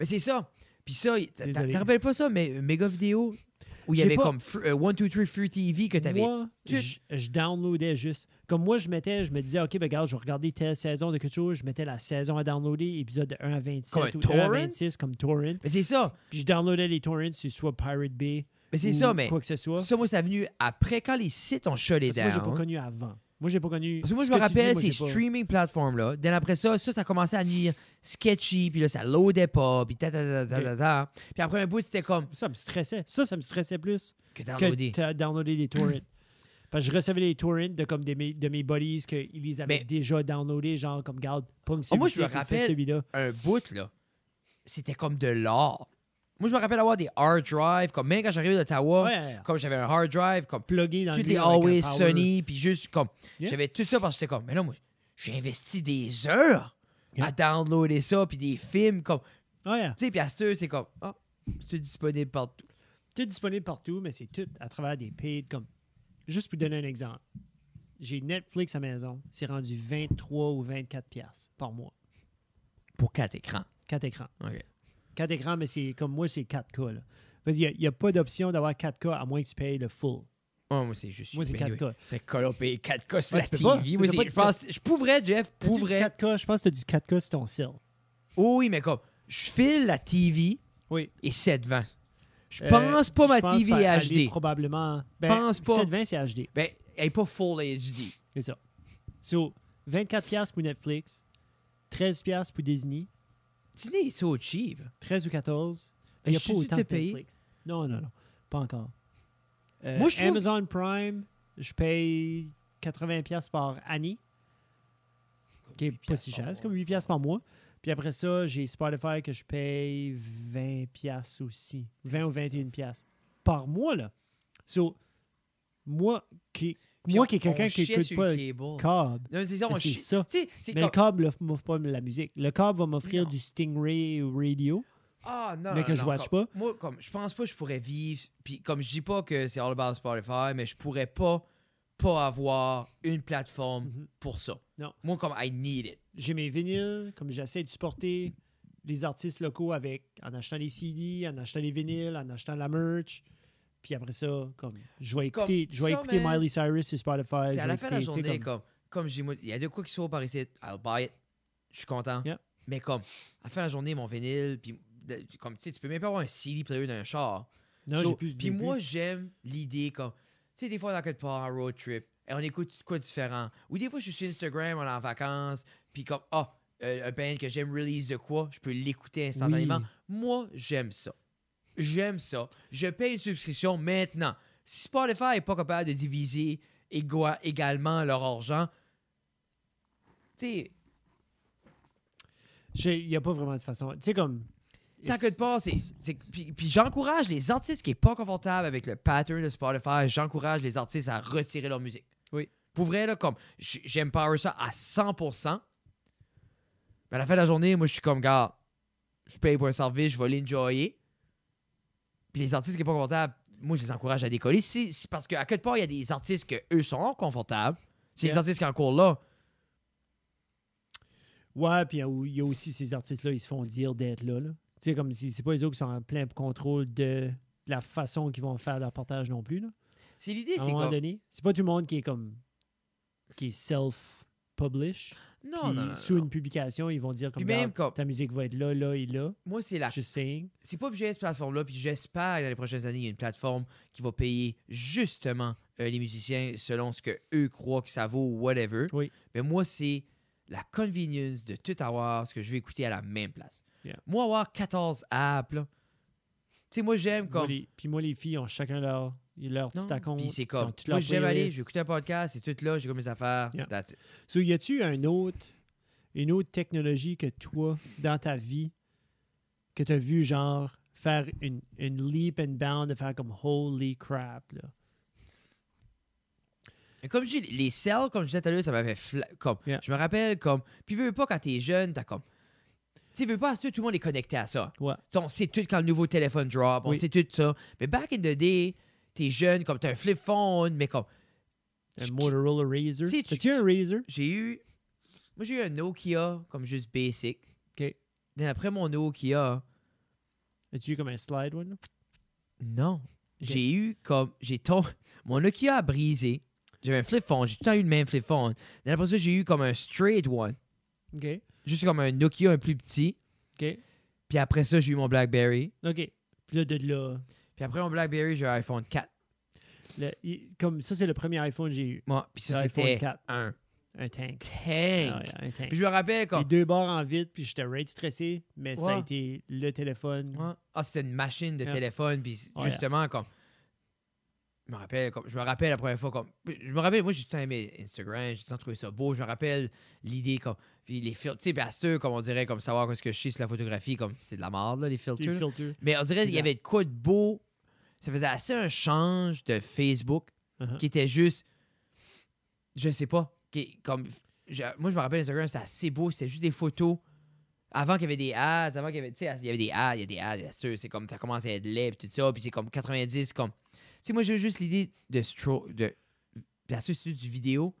Mais c'est ça. Puis ça, t'as- t'as-
Désolé.
t'en rappelles pas ça, mais euh, méga vidéo où il y
J'ai
avait
pas-
comme fr- euh, One Two Three Free TV que t'avais.
Moi,
tu-
je, je downloadais juste. Comme moi, je mettais, je me disais, OK, ben regarde, je vais regarder telle saison de quelque chose. Je mettais la saison à downloader, épisode de 1 à 27
Comme un
ou 1 à
torrent?
26 comme torrent.
Mais c'est ça.
Puis je downloadais les torrents sur soit Pirate Bay
Mais c'est
ou
ça, mais
quoi que ce soit.
ça, moi, ça a venu après quand les sites ont shut it
Parce que moi, j'ai pas
down.
connu avant. Moi, j'ai pas connu.
Parce que moi,
ce
je me
tu dis,
rappelle
moi,
ces
j'ai pas.
streaming platforms-là. Dès après ça, ça, ça commençait à devenir sketchy, puis là, ça loadait pas, puis ta ta ta ta ta. ta. Puis après un bout, c'était comme
Ça, ça me stressait. Ça, ça me stressait plus
que t'as
que
loadé.
t'as downloadé
[LAUGHS]
les torrents. Parce que je recevais les torrents de comme des, mes- de mes buddies qu'ils les avaient
Mais-
déjà downloadés, genre comme garde, pomme
Oh, moi, je
celui-ci,
me
puis fais
rappelle-
celui-là.
Un bout, là, c'était comme de l'or. Moi, je me rappelle avoir des hard drives, comme même quand j'arrivais d'Ottawa,
Ouais,
comme j'avais un hard drive, comme
plugué dans
toutes
le
les
mur avec un
Always
power.
Sunny, puis juste comme.
Yeah.
J'avais tout ça parce que c'était comme, mais là, moi, j'ai investi des heures à
Yeah.
downloader ça, puis des films, comme.
Ouais. hein.
Tu sais, puis à cette heure, c'est comme, ah, c'est disponible partout.
Tout disponible partout, mais c'est tout à travers des paid. Comme... Juste pour donner un exemple. J'ai Netflix à maison. C'est rendu 23 ou 24 piastres par mois.
Pour quatre écrans.
4 écrans.
OK.
4 écrans, mais c'est comme moi, c'est 4K. Là. Parce qu'il y a- Il n'y a, pas d'option d'avoir 4K à moins que tu payes le full.
Ouais, moi, c'est juste.
Moi, c'est
ben,
4K.
anyway, C'est colopé 4K sur
Ouais,
la
tu peux pas.
TV.
Tu
Moi,
peux
c'est-
pas
je
te-
pense. Je pourrais, Jeff,
T'as-tu du
pourrais.
4K, je pense que tu as du 4K sur ton cell.
Oh oui, mais comme, je file la TV
Oui.
et 720. Je
Euh,
pense pas ma
je pense
TV
pas
est
aller
HD.
Probablement. Ben,
Pense pas.
720, c'est HD.
Ben, elle est pas full HD.
C'est ça. So, 24 piastres pour Netflix, 13 piastres pour Disney,
Disney est so cheap.
13 ou 14.
Ben,
Il n'y a
je
pas
suis
autant
tout
de
payé.
Netflix. Non, non, non. Pas encore. Euh,
Moi, je trouve-
Amazon Prime, je paye 80 piastres par année, qui est pas si cher. C'est comme 8 piastres par mois. Puis après ça, j'ai Spotify que je paye 20 piastres aussi. 20 ou 21 piastres par mois, là. So, moi qui,
Puis
moi
on-
qui est quelqu'un
on
qui
chiait
écoute
sur
pas
le
le
cable.
câble,
Non, c'est ça, on
Mais c'est
chie-
ça.
Tu sais, c'est
Mais le
comme-
câble ne m'offre pas la musique. Le câble va m'offrir
Non.
du Stingray Radio.
Ah non,
mais
non,
que je
non,
watch
comme-
pas.
Moi, comme je pense pas que je pourrais vivre. Puis comme je dis pas que c'est all about Spotify, mais je pourrais pas pas avoir une plateforme
Mhm.
pour ça.
Non.
Moi, comme I need it.
J'ai mes vinyles, comme j'essaie de supporter les artistes locaux avec en achetant les CD, en achetant les vinyles, en achetant la merch. Puis après ça, comme je vais
Comme
écouter, je vais
ça,
écouter
man.
Miley Cyrus sur Spotify.
c'est
je
à
vais
la fin de la
écouter, tu sais,
journée,
comme-
comme, comme je dis, moi, il y a deux quoi qui sont par ici, I'll buy it. Je suis content.
Yeah.
Mais comme, à la fin de la journée, mon vinyle, puis de- comme tu sais, tu peux même pas avoir un CD player d'un char.
Non,
So,
j'ai plus.
Puis
j'ai plus.
moi, j'aime l'idée comme, tu sais, des fois, dans quelque part, un road trip, et on écoute de quoi de différent. Ou des fois, je suis sur Instagram, on est en vacances, puis comme, ah, euh, un band que j'aime release de quoi, je peux l'écouter instantanément.
Oui.
Moi, j'aime ça. J'aime ça. Je paye une subscription maintenant. Si Spotify n'est pas capable de diviser égo- également leur argent, tu sais,
J'ai- Il n'y a pas vraiment de façon. Tu sais, comme.
Ça
it's-
que de part, c'est. c'est- Puis, puis j'encourage les artistes qui est pas confortable avec le pattern de Spotify, j'encourage les artistes à retirer leur musique.
Oui.
Pour vrai, là, comme, j- j'empower ça à 100%. Mais à la fin de la journée, moi, je suis comme, gars, je paye pour un service, je vais l'enjoyer. Puis les artistes qui est pas confortables, moi, je les encourage à décoller. Si, si- parce qu'à quelque part, il y a des artistes que eux sont confortables. C'est les
Yeah.
artistes qui en cours là.
Ouais, puis il y a- il y, a aussi ces artistes-là, ils se font dire d'être là. là. Tu sais, comme si c'est pas les autres qui sont en plein contrôle de, de la façon qu'ils vont faire leur partage non plus. Là.
C'est l'idée,
à un
c'est
moment
comme.
donné. C'est pas tout le monde qui est comme qui est self-publish.
Non,
Puis
Oh, non, non,
sous
non.
une publication, ils vont dire comme,
Puis même
Regarde,
comme-
ta musique va être là, là et là.
Moi, c'est la
Just saying.
c'est pas obligé cette plateforme-là, puis j'espère que dans les prochaines années, il y a une plateforme qui va payer justement euh, les musiciens selon ce que eux croient que ça vaut ou whatever.
Oui.
Mais moi, c'est la convenience de tout avoir, ce que je vais écouter à la même place.
Yeah.
Moi, avoir 14 apps, là, tu sais, moi, j'aime
Moi,
comme...
les- puis moi, les filles ont chacun leur, leur
Non,
petit account.
Puis c'est
dans
comme,
toute
moi
leur
j'aime aller,
playlist.
j'écoute un podcast, c'est tout là, j'ai comme mes affaires.
Yeah.
that's it.
So, y a-tu un autre, une autre technologie que toi, dans ta vie, que tu as vu, genre, faire une, une leap and bound, de faire comme holy crap, là?
Et comme je dis, les cells, comme je disais tout à l'heure, ça m'avait... fla- Comme,
Yeah.
Je me rappelle comme... Puis veux pas quand t'es jeune, t'as comme... Tu sais, veux pas, à ce tout le monde est connecté à ça.
Ouais.
Tu sais, On sait tout quand le nouveau téléphone drop, on
Oui.
sait tout ça. Mais back in the day, t'es jeune, comme t'as un flip phone, mais comme.
Un
Tu-
Motorola Razr.
Si tu-
As-tu un Razr?
J'ai eu. Moi, j'ai eu un Nokia, comme juste basic.
OK.
Then après mon Nokia,
As-tu eu comme un slide one? là?
non. J'ai eu comme. J'ai ton... [LAUGHS] Mon Nokia a brisé. J'avais un flip phone, j'ai tout le temps eu le même flip phone. Then après ça, j'ai eu comme un straight one.
OK.
Juste comme un Nokia un plus petit.
OK.
Puis après ça, j'ai eu mon Blackberry.
OK. Puis là, de là.
Puis après mon Blackberry, j'ai eu un iPhone 4.
Le- il- comme ça, c'est le premier iPhone que j'ai eu.
Moi, puis ça,
L'iPhone
c'était
4.
un
Un tank.
tank.
Ah ouais, un tank.
Puis je me rappelle
Les
quand.
deux barres en vide, puis j'étais raide stressé, mais ça a
Ouais.
été le téléphone.
Ouais. Ah, c'était une machine de
Yeah.
téléphone, puis
Oh, yeah.
justement, comme. Je me rappelle, comme, je me rappelle la première fois, comme. Je me rappelle, moi, j'ai tout le temps aimé Instagram, j'ai tout le temps trouvé ça beau, je me rappelle l'idée, comme. Puis les filtres, tu sais, puis à ce, comme on dirait, comme savoir qu'est-ce que je sais sur la photographie, comme, c'est de la merde, là, les filtres.
Puis le filtre.
Mais on dirait qu'il y
Exact.
avait de quoi de beau. Ça faisait assez un change de Facebook
Uh-huh.
qui était juste. Je sais pas. Qui, comme, je- moi, je me rappelle Instagram, c'était assez beau. C'était juste des photos. Avant qu'il y avait des ads, avant qu'il y avait. Tu sais, il y avait des ads, il y a des ads, il y a ça, C'est comme ça commençait à être laid, puis tout ça. Puis c'est comme 90, comme. Tu sais, moi, j'ai juste l'idée de. stro- de parce que c'est du vidéo.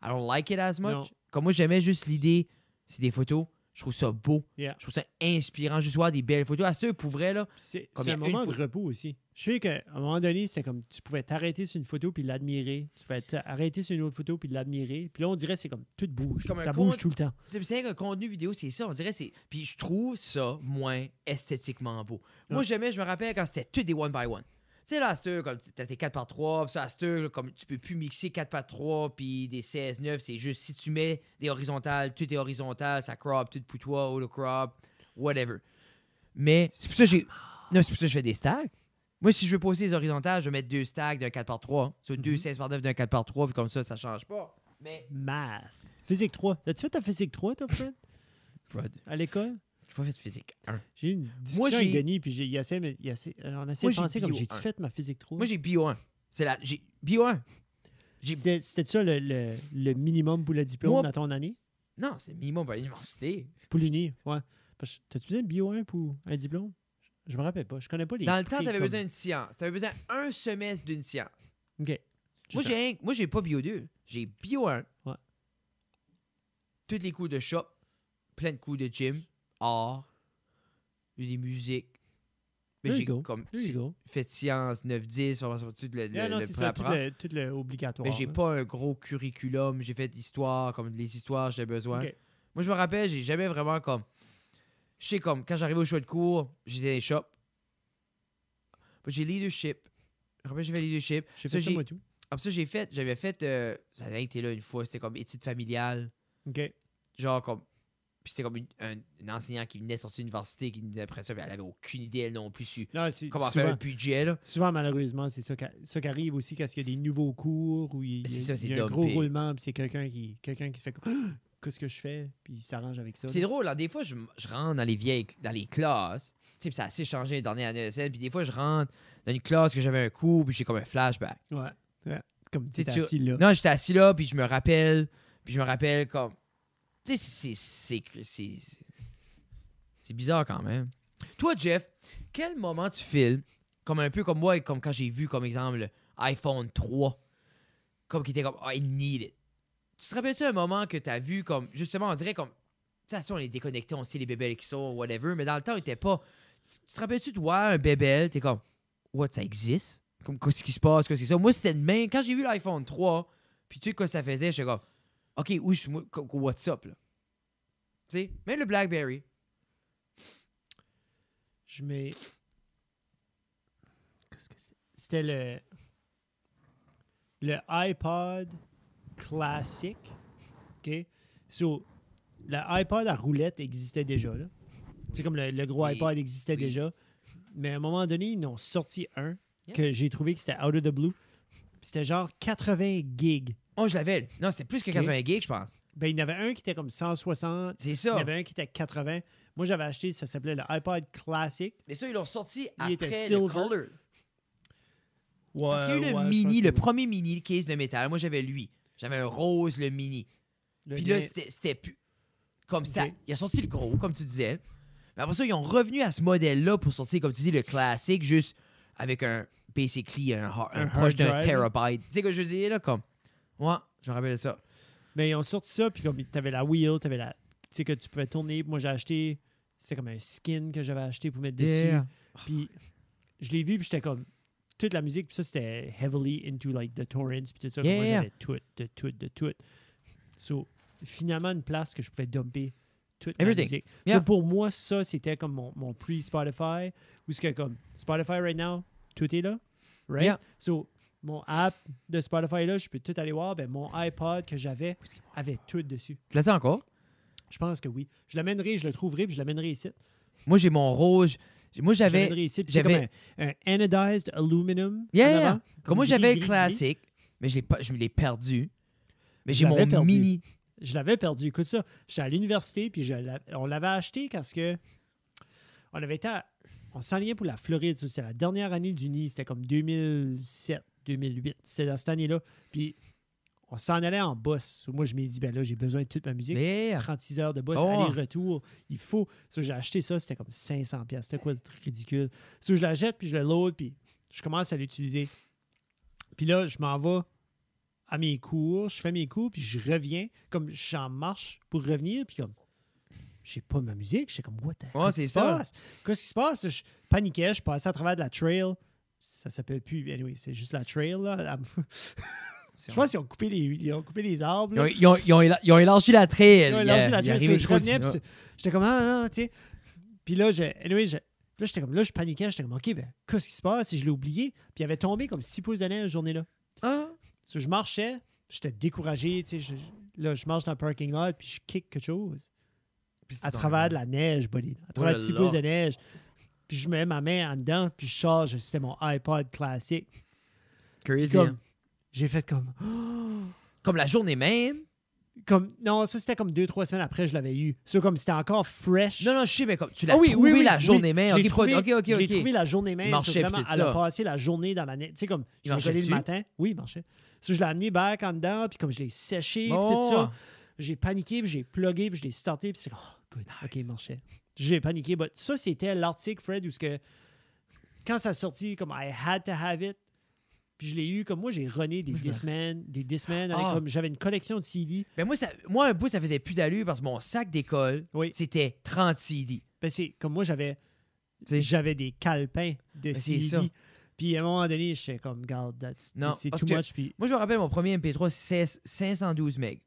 I don't like it as much.
Non.
Comme moi, j'aimais juste l'idée. C'est des photos. Je trouve ça beau.
Yeah.
Je trouve ça inspirant. Juste voir des belles photos. À ce pour vrai, là.
C'est
Comme
c'est
il y
un
a une
moment de
photo-
repos aussi. Je sais qu'à un moment donné, c'était comme tu pouvais t'arrêter sur une photo puis l'admirer. Tu pouvais t'arrêter sur une autre photo puis l'admirer. Puis là, on dirait que c'est comme tout bouge.
C'est comme un
ça bouge
conte.
tout le temps.
C'est c'est vrai qu'un contenu vidéo, c'est ça. On dirait c'est. Puis je trouve ça moins esthétiquement beau. Moi,
Ouais.
j'aimais, je me rappelle quand c'était tout des one by one. Tu sais, là, à cette heure, comme t'as tes 4 par 3, puis ça, à cette heure, comme tu peux plus mixer 4 par 3 puis des 16 9, c'est juste si tu mets des horizontales, tout est horizontal, ça crop, tout pour toi, holo crop, whatever. Mais c'est pour ça que j'ai. Non, c'est pour ça que je fais des stacks. Moi, si je veux poser les horizontales, je vais mettre deux stacks d'un 4 par 3, sur deux
Mhm.
16 par 9 d'un 4 par 3, puis comme ça, ça change pas. Mais.
Math. Physique 3. As-tu fait ta physique 3, toi, Fred,
Fred,
à l'école?
j'ai pas fait de physique 1.
J'ai eu une discussion
j'ai-
avec Denis, puis j'ai- il essaie, mais il essaie- alors, on essaie
Moi,
de
j'ai
penser comme
bio
j'ai-tu
un.
fait ma physique 3?
Moi, j'ai bio 1. C'est la. J'ai bio 1. j'ai-
C'était c'était ça le, le- le minimum pour le diplôme
Moi-
dans ton année?
Non, c'est minimum à l'université.
Pour l'UNI, ouais. Parce que T'as-tu besoin de bio 1 pour un diplôme? Je, je me rappelle pas. Je connais pas les.
Dans le temps,
prix
t'avais
comme-
besoin d'une science. T'avais besoin un semestre d'une science.
OK.
Moi, j'ai un- moi, j'ai pas bio 2. J'ai bio 1.
Ouais.
Tous les cours de shop, plein de cours de gym, art, j'ai des musiques. Mais
There you
j'ai
go.
comme
There you go.
fait science 9-10, on va sortir tout le, le,
Ah non,
le
c'est ça, tout
pré-apprendre.
le, tout le obligatoire.
Mais j'ai
là.
pas un gros curriculum. J'ai fait histoire, comme les histoires, j'ai besoin.
OK.
Moi, je me rappelle, j'ai jamais vraiment comme. Je sais, comme, quand j'arrivais au choix de cours, j'étais dans les shops. Puis J'ai leadership. Je me rappelle, j'ai fait leadership.
J'ai
Ça,
fait ça,
j'ai-
moi, tout.
Après ça, j'ai fait, j'avais fait, euh, ça a été là une fois, c'était comme études familiales.
OK.
Genre, comme. Puis c'était comme une, un, une enseignante qui venait sur cette université qui nous disait après ça, puis elle avait aucune idée, elle non plus, sur
Non, c'est
comment faire
souvent,
un budget, là.
souvent, malheureusement, c'est ça, qu'a- ça qui arrive aussi quand il y a des nouveaux cours ou il
Mais
y
c'est
a,
ça,
il y
c'est
a un
dumpé.
gros roulement, puis c'est quelqu'un qui, quelqu'un qui se fait [GASPS] comme, Ah, Qu'est-ce que je fais Puis il s'arrange avec ça.
C'est drôle, hein, des fois, je, je rentre dans les vieilles, dans les classes. Tu sais, puis ça a assez changé les dernières années de scène. Puis des fois, je rentre dans une classe que j'avais un cours, puis j'ai comme un flashback.
Ouais. ouais. Comme tu
C'est
es
sûr.
assis là.
Non, j'étais assis là, puis je me rappelle, puis je me rappelle comme. Tu sais, c'est- c'est. c'est- c'est- c'est- C'est bizarre quand même. Toi, Jeff, quel moment tu filmes, comme un peu comme moi, et comme quand j'ai vu, comme exemple, le iPhone 3, comme qui était comme, oh, I need it. Tu te rappelles-tu un moment que tu as vu, comme, justement, on dirait comme. De toute façon, on est déconnecté, on sait les bébelles qui sont, whatever, mais dans le temps, on était pas. Tu tu te rappelles-tu de voir un bébel, t'es comme, what, ça existe? Comme, qu'est-ce qui se passe, qu'est-ce que c'est ça? Moi, c'était le même. Quand j'ai vu l'iPhone 3, puis tu sais quoi ça faisait, j'étais comme, ok, où je, moi, co- co- what's up, là? Tu sais, même le Blackberry.
Je mets. Qu'est-ce que c'était C'était le. Le iPod classique. OK? So, le iPod à roulette existait déjà, là. C'est comme le, le gros
Oui.
iPod existait
Oui.
déjà. Mais à un moment donné, ils en ont sorti un
Yeah.
que j'ai trouvé que c'était out of the blue. C'était genre 80 gigs.
Oh, je l'avais. là. Non, c'était plus que
Ok.
80 gigs, je pense.
Ben, il y en avait un qui était comme 160.
C'est
Il y
ça.
en avait un qui était 80. Moi, j'avais acheté, ça s'appelait le iPod Classic.
Mais ça, ils l'ont sorti
Il était
après le
silver.
Color. Parce qu'il y a eu le mini, le premier mini, le case de métal. Moi, j'avais lui. J'avais un rose, le mini.
Le
Puis là,
lien-
c'était c'était plus. Comme ça.
Ok.
Il a sorti le gros, comme tu disais. Mais après ça, ils ont revenu à ce modèle-là pour sortir, comme tu dis, le classique, juste avec un. Basically, un, har-
Un
un
hard
proche d'un
drive, là.
terabyte. Tu sais que je dis, là, comme. Ouais, je me rappelle de ça.
Mais ils ont sorti ça, puis comme t'avais la wheel, t'avais la. Tu sais, que tu pouvais tourner. Moi, j'ai acheté. C'était comme un skin que j'avais acheté pour mettre dessus. Puis je l'ai vu, puis j'étais comme. Toute la musique, puis ça, c'était heavily into like the torrents, puis tout ça. Puis Moi,
Yeah.
j'avais tout, de tout, de tout. So, finalement, une place que je pouvais dumper toute la
Everything.
musique. So,
Yeah.
pour moi, ça, c'était comme mon, mon pre-Spotify, où ce que comme Spotify right now, tout est là. Right?
Yeah.
So, mon app de Spotify là, je peux tout aller voir. Ben, mon iPod que j'avais
Où est-ce qu'il est
avait tout dessus.
Tu l'as encore?
Je pense que oui. Je l'amènerai, je le trouverai, puis je l'amènerai ici.
Moi, j'ai mon rouge. Moi,
Je
j'avais.
l'amènerai ici. puis c'est comme
j'avais-
un, un anodized aluminum. en
Yeah,
avant,
yeah.
comme
Comme moi,
gris,
j'avais le
gris, gris.
classique, mais j'ai pas, je me l'ai perdu. Mais j'ai
Je
mon
l'avais perdu.
mini.
Je l'avais perdu. Écoute ça. J'étais à l'université, puis je l'a- on l'avait acheté parce que on avait été à- On s'enlignait pour la Floride. ça, C'était la dernière année du NI. C'était comme 2007, 2008. C'était dans cette année-là. Puis on s'en allait en boss. Moi, je m'ai dit, ben là, j'ai besoin de toute ma musique.
Mais
36 heures de boss,
Oh.
aller-retour. Il faut. Ça, j'ai acheté ça, c'était comme 500$. piastres. C'était quoi le truc ridicule? Ça, je la jette, puis je le load, puis je commence à l'utiliser. Puis là, je m'en vais à mes cours, je fais mes cours, puis je reviens, comme j'en marche pour revenir, puis comme, j'ai pas ma musique, j'étais comme, what the
Ouais,
qu'est-ce
c'est
qui se
ça.
passe? Qu'est-ce qui se passe? Je paniquais, je passais à travers de la trail. Ça s'appelle plus, anyway, c'est juste la trail, là. Je pense qu'ils ont coupé les, ils ont coupé les arbres.
Ils
là.
ont, ils ont- ils ont éla- ils ont élargi la trail.
Là,
Il y a-
lâché la
il est
job,
arrivé
je
trop de-
revenais, puis c'est- j'étais comme, ah non, tu sais. Puis là, j'ai- anyway, j'ai- là, j'étais comme, là, je paniquais, j'étais comme, ok, ben, qu'est-ce qui se passe? Et je l'ai oublié, puis il avait tombé comme 6 pouces de neige la journée-là.
Ah.
So, je marchais, j'étais découragé, tu sais. je- Là, je marche dans le parking lot, puis je kick quelque chose
Puis c'est
à
ton-
travers de la neige, buddy. À
Oh
travers
là
6
là.
pouces de neige. Puis je mets ma main en dedans, puis je charge, c'était mon iPod classique. Puis
Crazy,
comme-
hein.
J'ai fait comme, [GASPS]
Comme la journée même.
comme, non, ça, c'était comme 2-3 semaines après, je l'avais eu. Ça, comme, c'était encore fresh.
Non, non, je sais, mais comme tu l'as
Ah oui,
trouvé
oui, oui,
la
oui.
journée même.
Je l'ai
Ok,
trouvé-
ok, ok,
Je l'ai
ok.
trouvé la journée même.
Il marchait,
c'est vraiment,
puis tout
elle a
ça.
passé la journée dans la neige. Tu sais, comme,
Il
je l'ai
marchait
collé le
dessus?
matin. Oui, il marchait. So, je l'ai amené back en dedans, puis comme je l'ai séché, puis tout
Bon.
ça. J'ai paniqué, puis j'ai plugué, puis je l'ai starté, puis c'est comme, oh, good. OK, il marchait. J'ai paniqué. but ça, c'était l'article, Fred, où ce que, quand ça sortit, comme, I had to have it. Puis je l'ai eu, comme moi, j'ai runné des
Moi, je me-
Discman, des Discman, avec,
Ah.
comme, j'avais une collection de CD.
Ben moi, ça, moi, un bout, ça faisait plus d'allure parce que mon sac d'école,
Oui.
c'était 30 CD.
Ben, c'est comme moi, j'avais
C'est-
j'avais des calepins de
Ben, c'est ça.
CD. Puis à un moment donné, j'étais comme, garde, that's-
Non,
c'est
parce
too
que-
much. Puis
Moi, je me rappelle mon premier MP3, c'est 512 MB.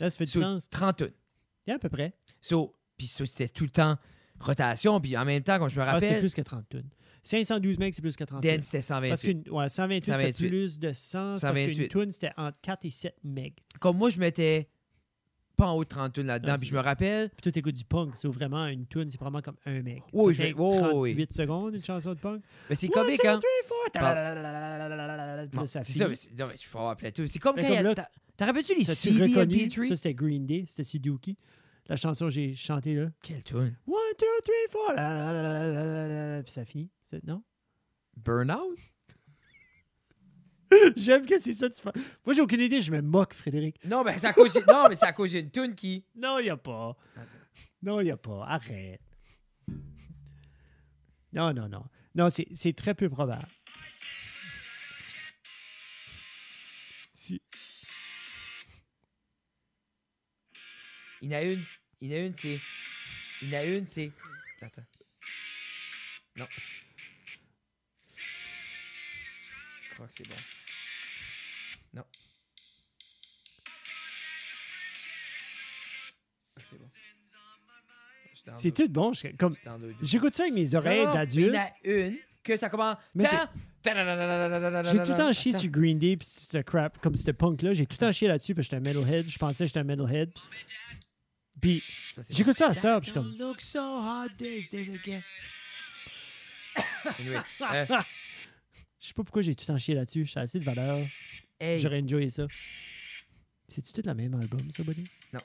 là, ça fait du
Sous
sens.
30 tonnes.
Yeah, à peu près.
So, puis ça, c'était tout le temps rotation. Puis en même temps, quand je me
Ah, c'est
rappelle,
plus que 30 tonnes. 512 mecs, c'est plus que 30
Dan,
tonnes.
c'était
Parce
128.
qu'une ouais, 128, ça fait
128.
plus de sens. Parce
128.
qu'une tune, c'était entre 4 et 7 mecs.
Comme moi, je mettais pas en haut de 30 tonnes là-dedans.
Ah,
puis
c'est-
je me rappelle,
Puis toi, t'écoutes du punk. C'est vraiment une tune, c'est probablement comme un mec.
Oui,
c'est
je- oui, oui,
38 secondes, une chanson de punk.
mais c'est
One,
comique,
two,
hein?
three, four,
Par-
talalalalalala, puis
Non,
là,
C'est
ça
ça,
finit.
mais c'est- non, mais il faut avoir plateau. C'est comme
Mais
quand
comme
il y a.
là,
t'as- T'as rappelles-tu les
T'as-tu
CD
reconnu? Ça,
MP3?
c'était Green Day, c'était Sudoku. La chanson que j'ai chantée là.
Quelle tune?
1, 2, 3, 4. La, la, la, la, la, la, la, la. Puis ça finit. C'est- Non? [LAUGHS]
Burnout?
J'aime que c'est ça. Tu... fais. Moi, j'ai aucune idée. Je me moque, Frédéric.
Non, mais c'est à cause, non, mais c'est à cause d'une tune qui.
Non, il a pas. Non, il a pas. Arrête. Non, non, non. Non, c'est c'est très peu probable. Si.
Il y en a une. Il y en a une, c'est. Il y en a une, c'est. Attends. Non. Je crois que c'est bon. Non. Ah, C'est bon. J'étais en
C'est
doute,
tout bon. je- Comme...
j'étais en doute.
J'écoute ça avec mes
Ah, Non, non,
oreilles
non,
d'adulte.
Il y en a une que ça commence.
Mais c'est-
Tan- tan-
J'ai tout le temps chié
Attends.
sur Green Day pis ce crap, comme ce punk-là. J'ai tout le temps chié là-dessus parce que j'étais un metalhead. Je pensais que j'étais un metalhead. Puis
Ça, c'est
j'écoute ça à ça,
That
puis je suis comme...
don't look so hard these days again. Anyway, euh,
Je sais pas pourquoi j'ai tout le temps chié là-dessus. J'ai assez de valeur.
hey,
J'aurais enjoyé ça. C'est-tu tout le même album, ça, Bonnie?
Non.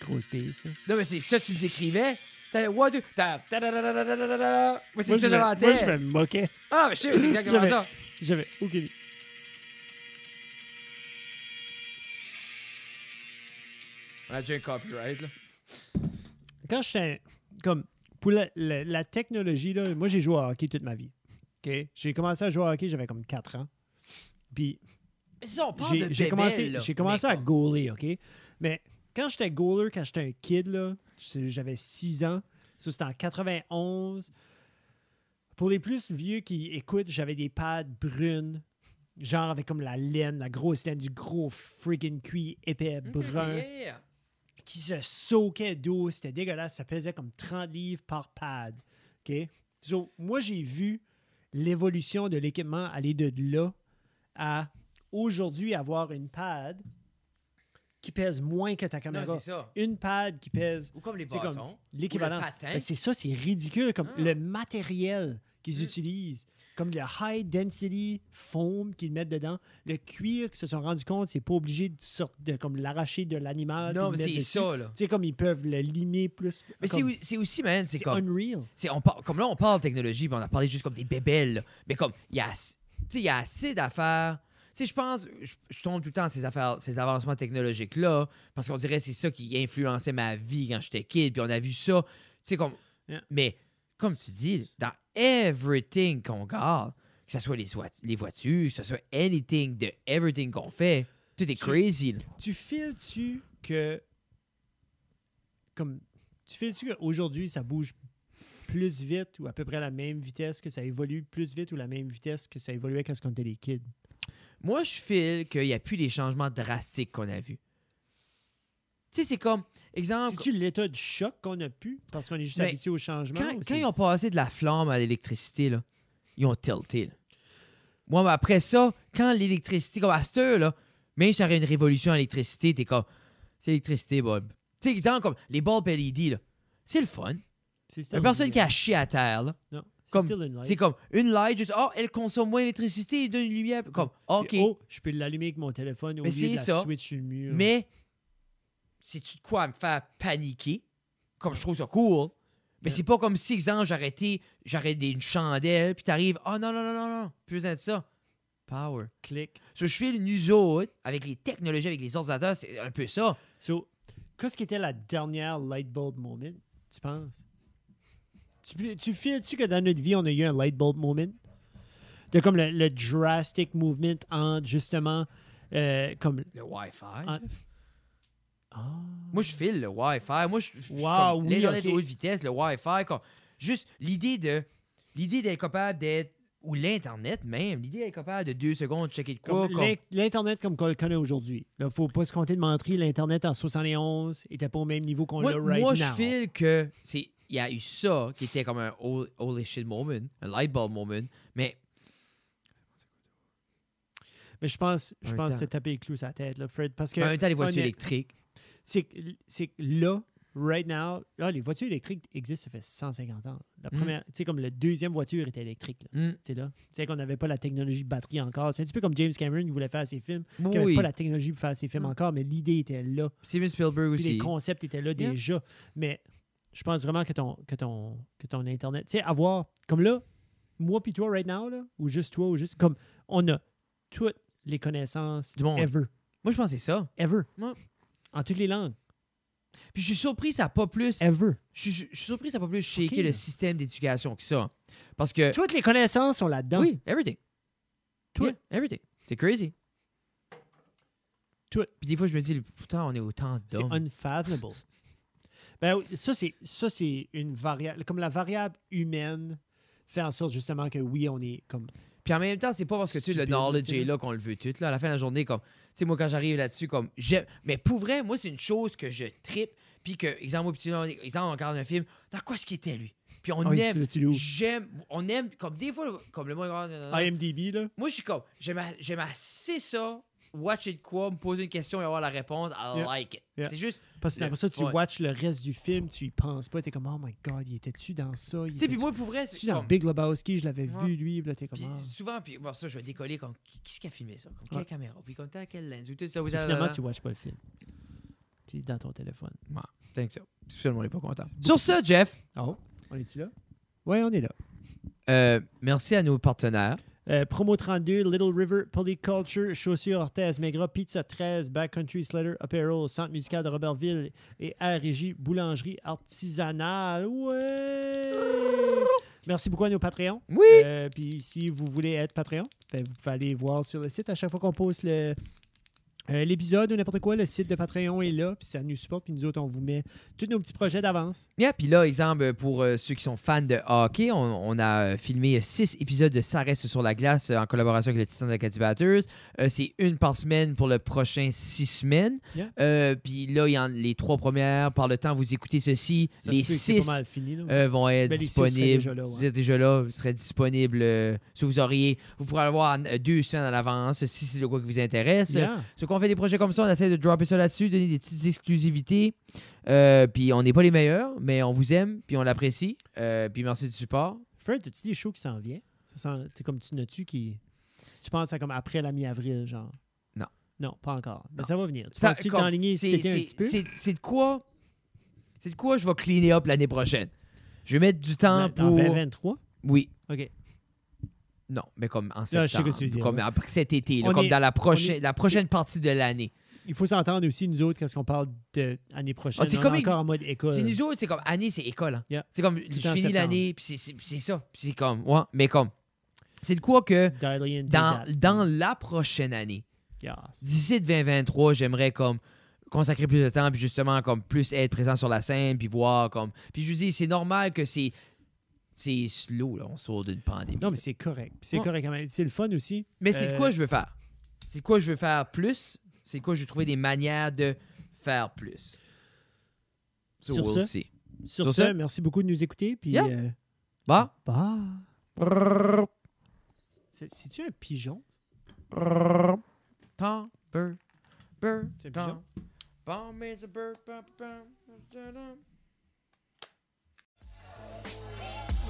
Grosse piste, ça.
Non, mais c'est ça que tu me décrivais. T'as one, two, ta- ta- da- da- da- da- da- da- da- da. Moi, c'est
Moi,
ça que
je me-
j'avais en
Moi, je
tête.
me moquais.
Ah, mais je sais, mais c'est exactement
J'avais-
ça.
J'avais aucune idée.
On a déjà un copyright, là.
Quand j'étais... Comme, pour la, la- la technologie, là, moi, j'ai joué au hockey toute ma vie. OK? J'ai commencé à jouer au hockey, j'avais comme 4 ans. Puis
Mais ça, on parle de
j'ai j'ai
bébelle,
commencé,
là.
j'ai commencé
Mais
à goaler, OK? Mais quand j'étais goaler, quand j'étais un kid, là, c'est- j'avais 6 ans. Ça, c'était en 91. Pour les plus vieux qui écoutent, j'avais des pads brunes, genre avec comme la laine, la grosse laine, du gros friggin' cuit épais
comme-
brun,
Yeah.
qui se soquait d'eau. C'était dégueulasse. Ça pesait comme 30 livres par pad, OK? So, moi, j'ai vu l'évolution de l'équipement aller de là à aujourd'hui avoir une pad qui pèse moins que ta
Non,
caméra.
c'est ça.
Une pad qui pèse
Ou comme les
C'est comme-
bâtons.
l'équivalent.
Ou le patin.
Ben, C'est ça, c'est ridicule. Comme
Ah.
le matériel qu'ils
Mm.
utilisent, comme le high density foam qu'ils mettent dedans, le cuir qu'ils se sont rendus compte, c'est pas obligé de, sort- de comme l'arracher de l'animal.
non,
puis
mais
le mettre
c'est
dessus.
ça, là.
Tu sais, comme ils peuvent le limer plus.
Mais c'est
comme-
ou- c'est aussi, man, c'est
c'est
comme.
unreal.
c'est- on par- comme là, on parle technologie, puis on a parlé juste comme des bébelles. là. Mais comme, il y a, ass- tu sais, il y a assez d'affaires. Tu sais, je pense, je, je tombe tout le temps à ces affaires, ces avancements technologiques-là, parce qu'on dirait que c'est ça qui influençait ma vie quand j'étais kid, puis on a vu ça. Tu sais, comme.
Yeah.
Mais, comme tu dis, dans everything qu'on garde, que ce soit les, soi- les voitures, que ce soit anything de everything qu'on fait, tout est
Tu-
crazy. là.
Tu files-tu que. Comme. Tu files-tu qu'aujourd'hui, ça bouge plus vite ou à peu près à la même vitesse que ça évolue plus vite ou la même vitesse que ça évoluait quand on était des kids?
Moi, je file qu'il n'y a plus les changements drastiques qu'on a vus. Tu sais, c'est comme, exemple,
C'est-tu l'état de choc qu'on a pu parce qu'on est juste
Mais
habitué au changement?
quand,
ou
quand
c'est-
ils ont passé de la flamme à l'électricité, là, ils ont tilté. là. Moi, mais après ça, quand l'électricité, comme à cette heure, là, même si t'aurais une révolution en électricité, t'es comme, c'est l'électricité, Bob. Tu sais, exemple, comme les bulbs LED, là, c'est le fun.
C'est
Il
still
a personne
une
qui
light.
a chié à terre, là.
Non, c'est
Comme,
still une light.
c'est comme une light, juste, oh, elle consomme moins d'électricité, elle donne une lumière. Comme, OK.
Puis, Oh, je peux l'allumer avec mon téléphone au
Mais
lieu de
c'est
la
ça.
switch sur le mur.
Mais, c'est-tu de quoi à me faire paniquer? Comme je trouve ça cool. Mais
Ouais.
c'est pas comme si, exemple, j'arrêtais, j'arrêtais une chandelle, puis t'arrives, oh non, non, non, non, non, plus besoin de ça. Power.
Clic.
So, je file nous autres, avec les technologies, avec les ordinateurs, c'est un peu ça.
So, qu'est-ce qui était la dernière light bulb moment, tu penses? Tu, pu- tu files-tu que dans notre vie, on a eu un light bulb moment? De comme le, le drastic movement entre justement, euh, comme.
Le Wi-Fi.
Ah. Ah.
Moi, je file le Wi-Fi. Moi, je je- je-
Wow,
comme
oui,
l'Internet
ok.
haute vitesse, le Wi-Fi. comme- juste l'idée de. L'idée d'être capable d'être. Ou l'Internet même. L'idée d'être capable de deux secondes checker de quoi.
Comme
comme-
l'in- L'Internet comme qu'on le connaît aujourd'hui. Il faut pas se compter de mentir. L'Internet en 71 n'était pas au même niveau qu'on
Moi,
l'a right
moi,
now.
je file que c'est il y a eu ça qui était comme un hol- holy shit moment, un light bulb moment, mais
Mais je pense, je
Un
pense
temps.
que taper les clous sur la tête, là, Fred. Parce que e-
en même temps les voitures
honnêt-
électriques.
c'est que c'est que là, right now, là, les voitures électriques existent, ça fait 150 ans. La
Mm.
première, tu sais, comme la deuxième voiture était électrique. là.
Hmm.
Tu sais, là, tu sais qu'on n'avait pas la technologie de batterie encore. C'est un petit peu comme James Cameron qui voulait faire ses films, qui n'avait
Oui,
pas la technologie pour faire ses films
Mm.
encore, mais l'idée était là.
Steven Spielberg
Puis les
aussi.
concepts étaient là
Yeah.
déjà. Mais je pense vraiment que ton, que ton, que ton Internet, tu sais, avoir, comme là, moi puis toi right now, là, ou juste toi, ou juste, comme, on a toutes les connaissances
Du monde.
ever,
Moi, je pense que c'est ça.
ever,
Ouais.
en toutes les langues,
Puis je suis surpris ça a pas plus.
ever.
Je suis je suis surpris ça a pas plus
Choqué,
shaké le
là.
système d'éducation que ça, parce que
Toutes les connaissances sont là-dedans.
oui, everything.
Tout.
Yeah, everything. C'est crazy.
Tout.
Puis des fois, je me dis, pourtant, on est autant
C'est
d'hommes.
unfathomable. ben, ça, c'est, ça, c'est une variable. Comme la variable humaine fait en sorte justement que oui, on est comme.
Puis en même temps, c'est pas parce que tu sais, le
Stupide,
knowledge
tu sais.
est là qu'on le veut tout. Là, à la fin de la journée, comme, tu sais, moi, quand j'arrive là-dessus, comme, j'aime. Mais pour vrai, moi, c'est une chose que je tripe. Puis que, exemple, moi, puis tu- on- exemple, on regarde un film, dans quoi ce qu'il était, lui? Puis on
Ah, il-
aime,
tu l'as où? Ah,
j'aime, on aime, comme des fois, comme le moi,
IMDb, là.
moi, je suis comme, j'aime a- j'aime assez ça, watch it quoi, me poser une question et avoir la réponse, I
Yeah.
like it.
Yeah.
C'est juste,
Parce que
Le
après ça, tu
fun.
watches le reste du film, tu y penses pas, t'es comme, oh my god, il était-tu dans ça?
tu
Il
sais, puis
était-tu-
moi, pour vrai, c'est
était-tu dans
comme.
Big Lebowski, je l'avais
Ouais.
vu, lui, puis là, t'es comme,
Puis
ah.
souvent, puis bon, ça, je vais décoller comme, qui, qui est-ce qui a filmé ça? Comme, quelle
Ouais.
caméra? Puis comme, t'as quelle lens? Ou tout ça, ou
Puis
ça, là,
finalement,
là.
tu watches pas le film. Tu es dans ton téléphone.
Tant que ça. C'est pour ça, le monde est pas content. Sur ça, Jeff,
Oh, on est-tu là? Ouais, on est là.
euh, merci à nos partenaires.
Euh, promo 32, Little River, Polyculture, Chaussures Orthez, Maigra, Pizza 13, Backcountry Slater, Apparel, Centre musical de Robertville et RJ Boulangerie Artisanale. Ouais! Merci beaucoup à nos Patreons.
Oui!
Euh, Puis si vous voulez être Patreon, ben, vous pouvez aller voir sur le site à chaque fois qu'on poste le, Euh, L'épisode ou n'importe quoi, le site de Patreon est là, puis ça nous supporte, puis nous autres, on vous met tous nos petits projets d'avance.
Yeah, puis là, exemple, pour euh, ceux qui sont fans de hockey, on, on a euh, filmé euh, six épisodes de Ça reste sur la glace euh, en collaboration avec le Titan de la Cativateuse. Euh, c'est une par semaine pour le prochain six semaines.
Yeah.
Euh, puis là, il y en les trois premières, par le temps vous écoutez ceci,
Ça
les
se peut que c'est
six
pas mal fini, là.
euh, vont être
Ben, les six seraient
disponibles.
déjà là, ouais.
Vous êtes déjà là, vous serez disponible. euh, si vous auriez, vous pourrez avoir deux semaines à l'avance si c'est de quoi qui vous intéresse.
Yeah.
Ce qu'on fait des projets comme ça, on essaie de dropper ça là-dessus, donner des petites exclusivités. Euh, puis on n'est pas les meilleurs, mais on vous aime, puis on l'apprécie. Euh, puis merci du support.
Fred, as-tu des shows qui s'en viennent? Ça sent, t'es comme tu n'as-tu qui. Si tu penses à comme après la mi-avril, genre.
Non.
Non, pas encore. Mais
Non.
ça va venir. Tu
Ça,
penses-tu
comme,
t'enligner si
c'est-
t'étais un
c'est-
petit peu?
c'est- C'est de quoi C'est de quoi je vais cleaner up l'année prochaine. Je vais mettre du temps
Dans
pour.
2023?
Oui.
OK.
Non, mais comme en
sais ce que
septembre.
tu veux dire,
comme
ouais.
après cet été, là,
On
comme
est-
dans la prochaine,
est-
la prochaine partie de l'année.
Il faut s'entendre aussi, nous autres, quand on parle de l'année prochaine.
Ah, c'est
on
comme
est
une-
encore en mode école.
C'est nous autres, c'est comme année, c'est école. hein.
Yeah.
C'est comme je
en
finis
septembre.
l'année, puis c'est- c'est c'est ça. Puis c'est comme, ouais, mais comme. C'est de quoi que.
Dial in,
dans,
do that.
dans la prochaine année,
Yes.
d'ici de 2023, j'aimerais comme consacrer plus de temps, puis justement comme plus être présent sur la scène, puis voir comme... Puis je vous dis, c'est normal que c'est... C'est slow, là, on sort d'une pandémie.
Non, mais c'est correct. C'est
Ouais.
correct quand même. C'est le fun aussi.
Mais c'est de
Euh,
quoi je veux faire? C'est de quoi je veux faire plus? C'est de quoi je veux trouver des manières de faire plus? So
Sur
we'll
ce?
see.
Sur,
Sur
ce,
ce-
merci beaucoup de nous écouter. Puis,
Yeah.
euh,
Bon?
bah. C'est- C'est-tu un pigeon?
Tom, bird, bird,
C'est un
tom.
pigeon?
Bomb is a bird, bum, bum, da-dum.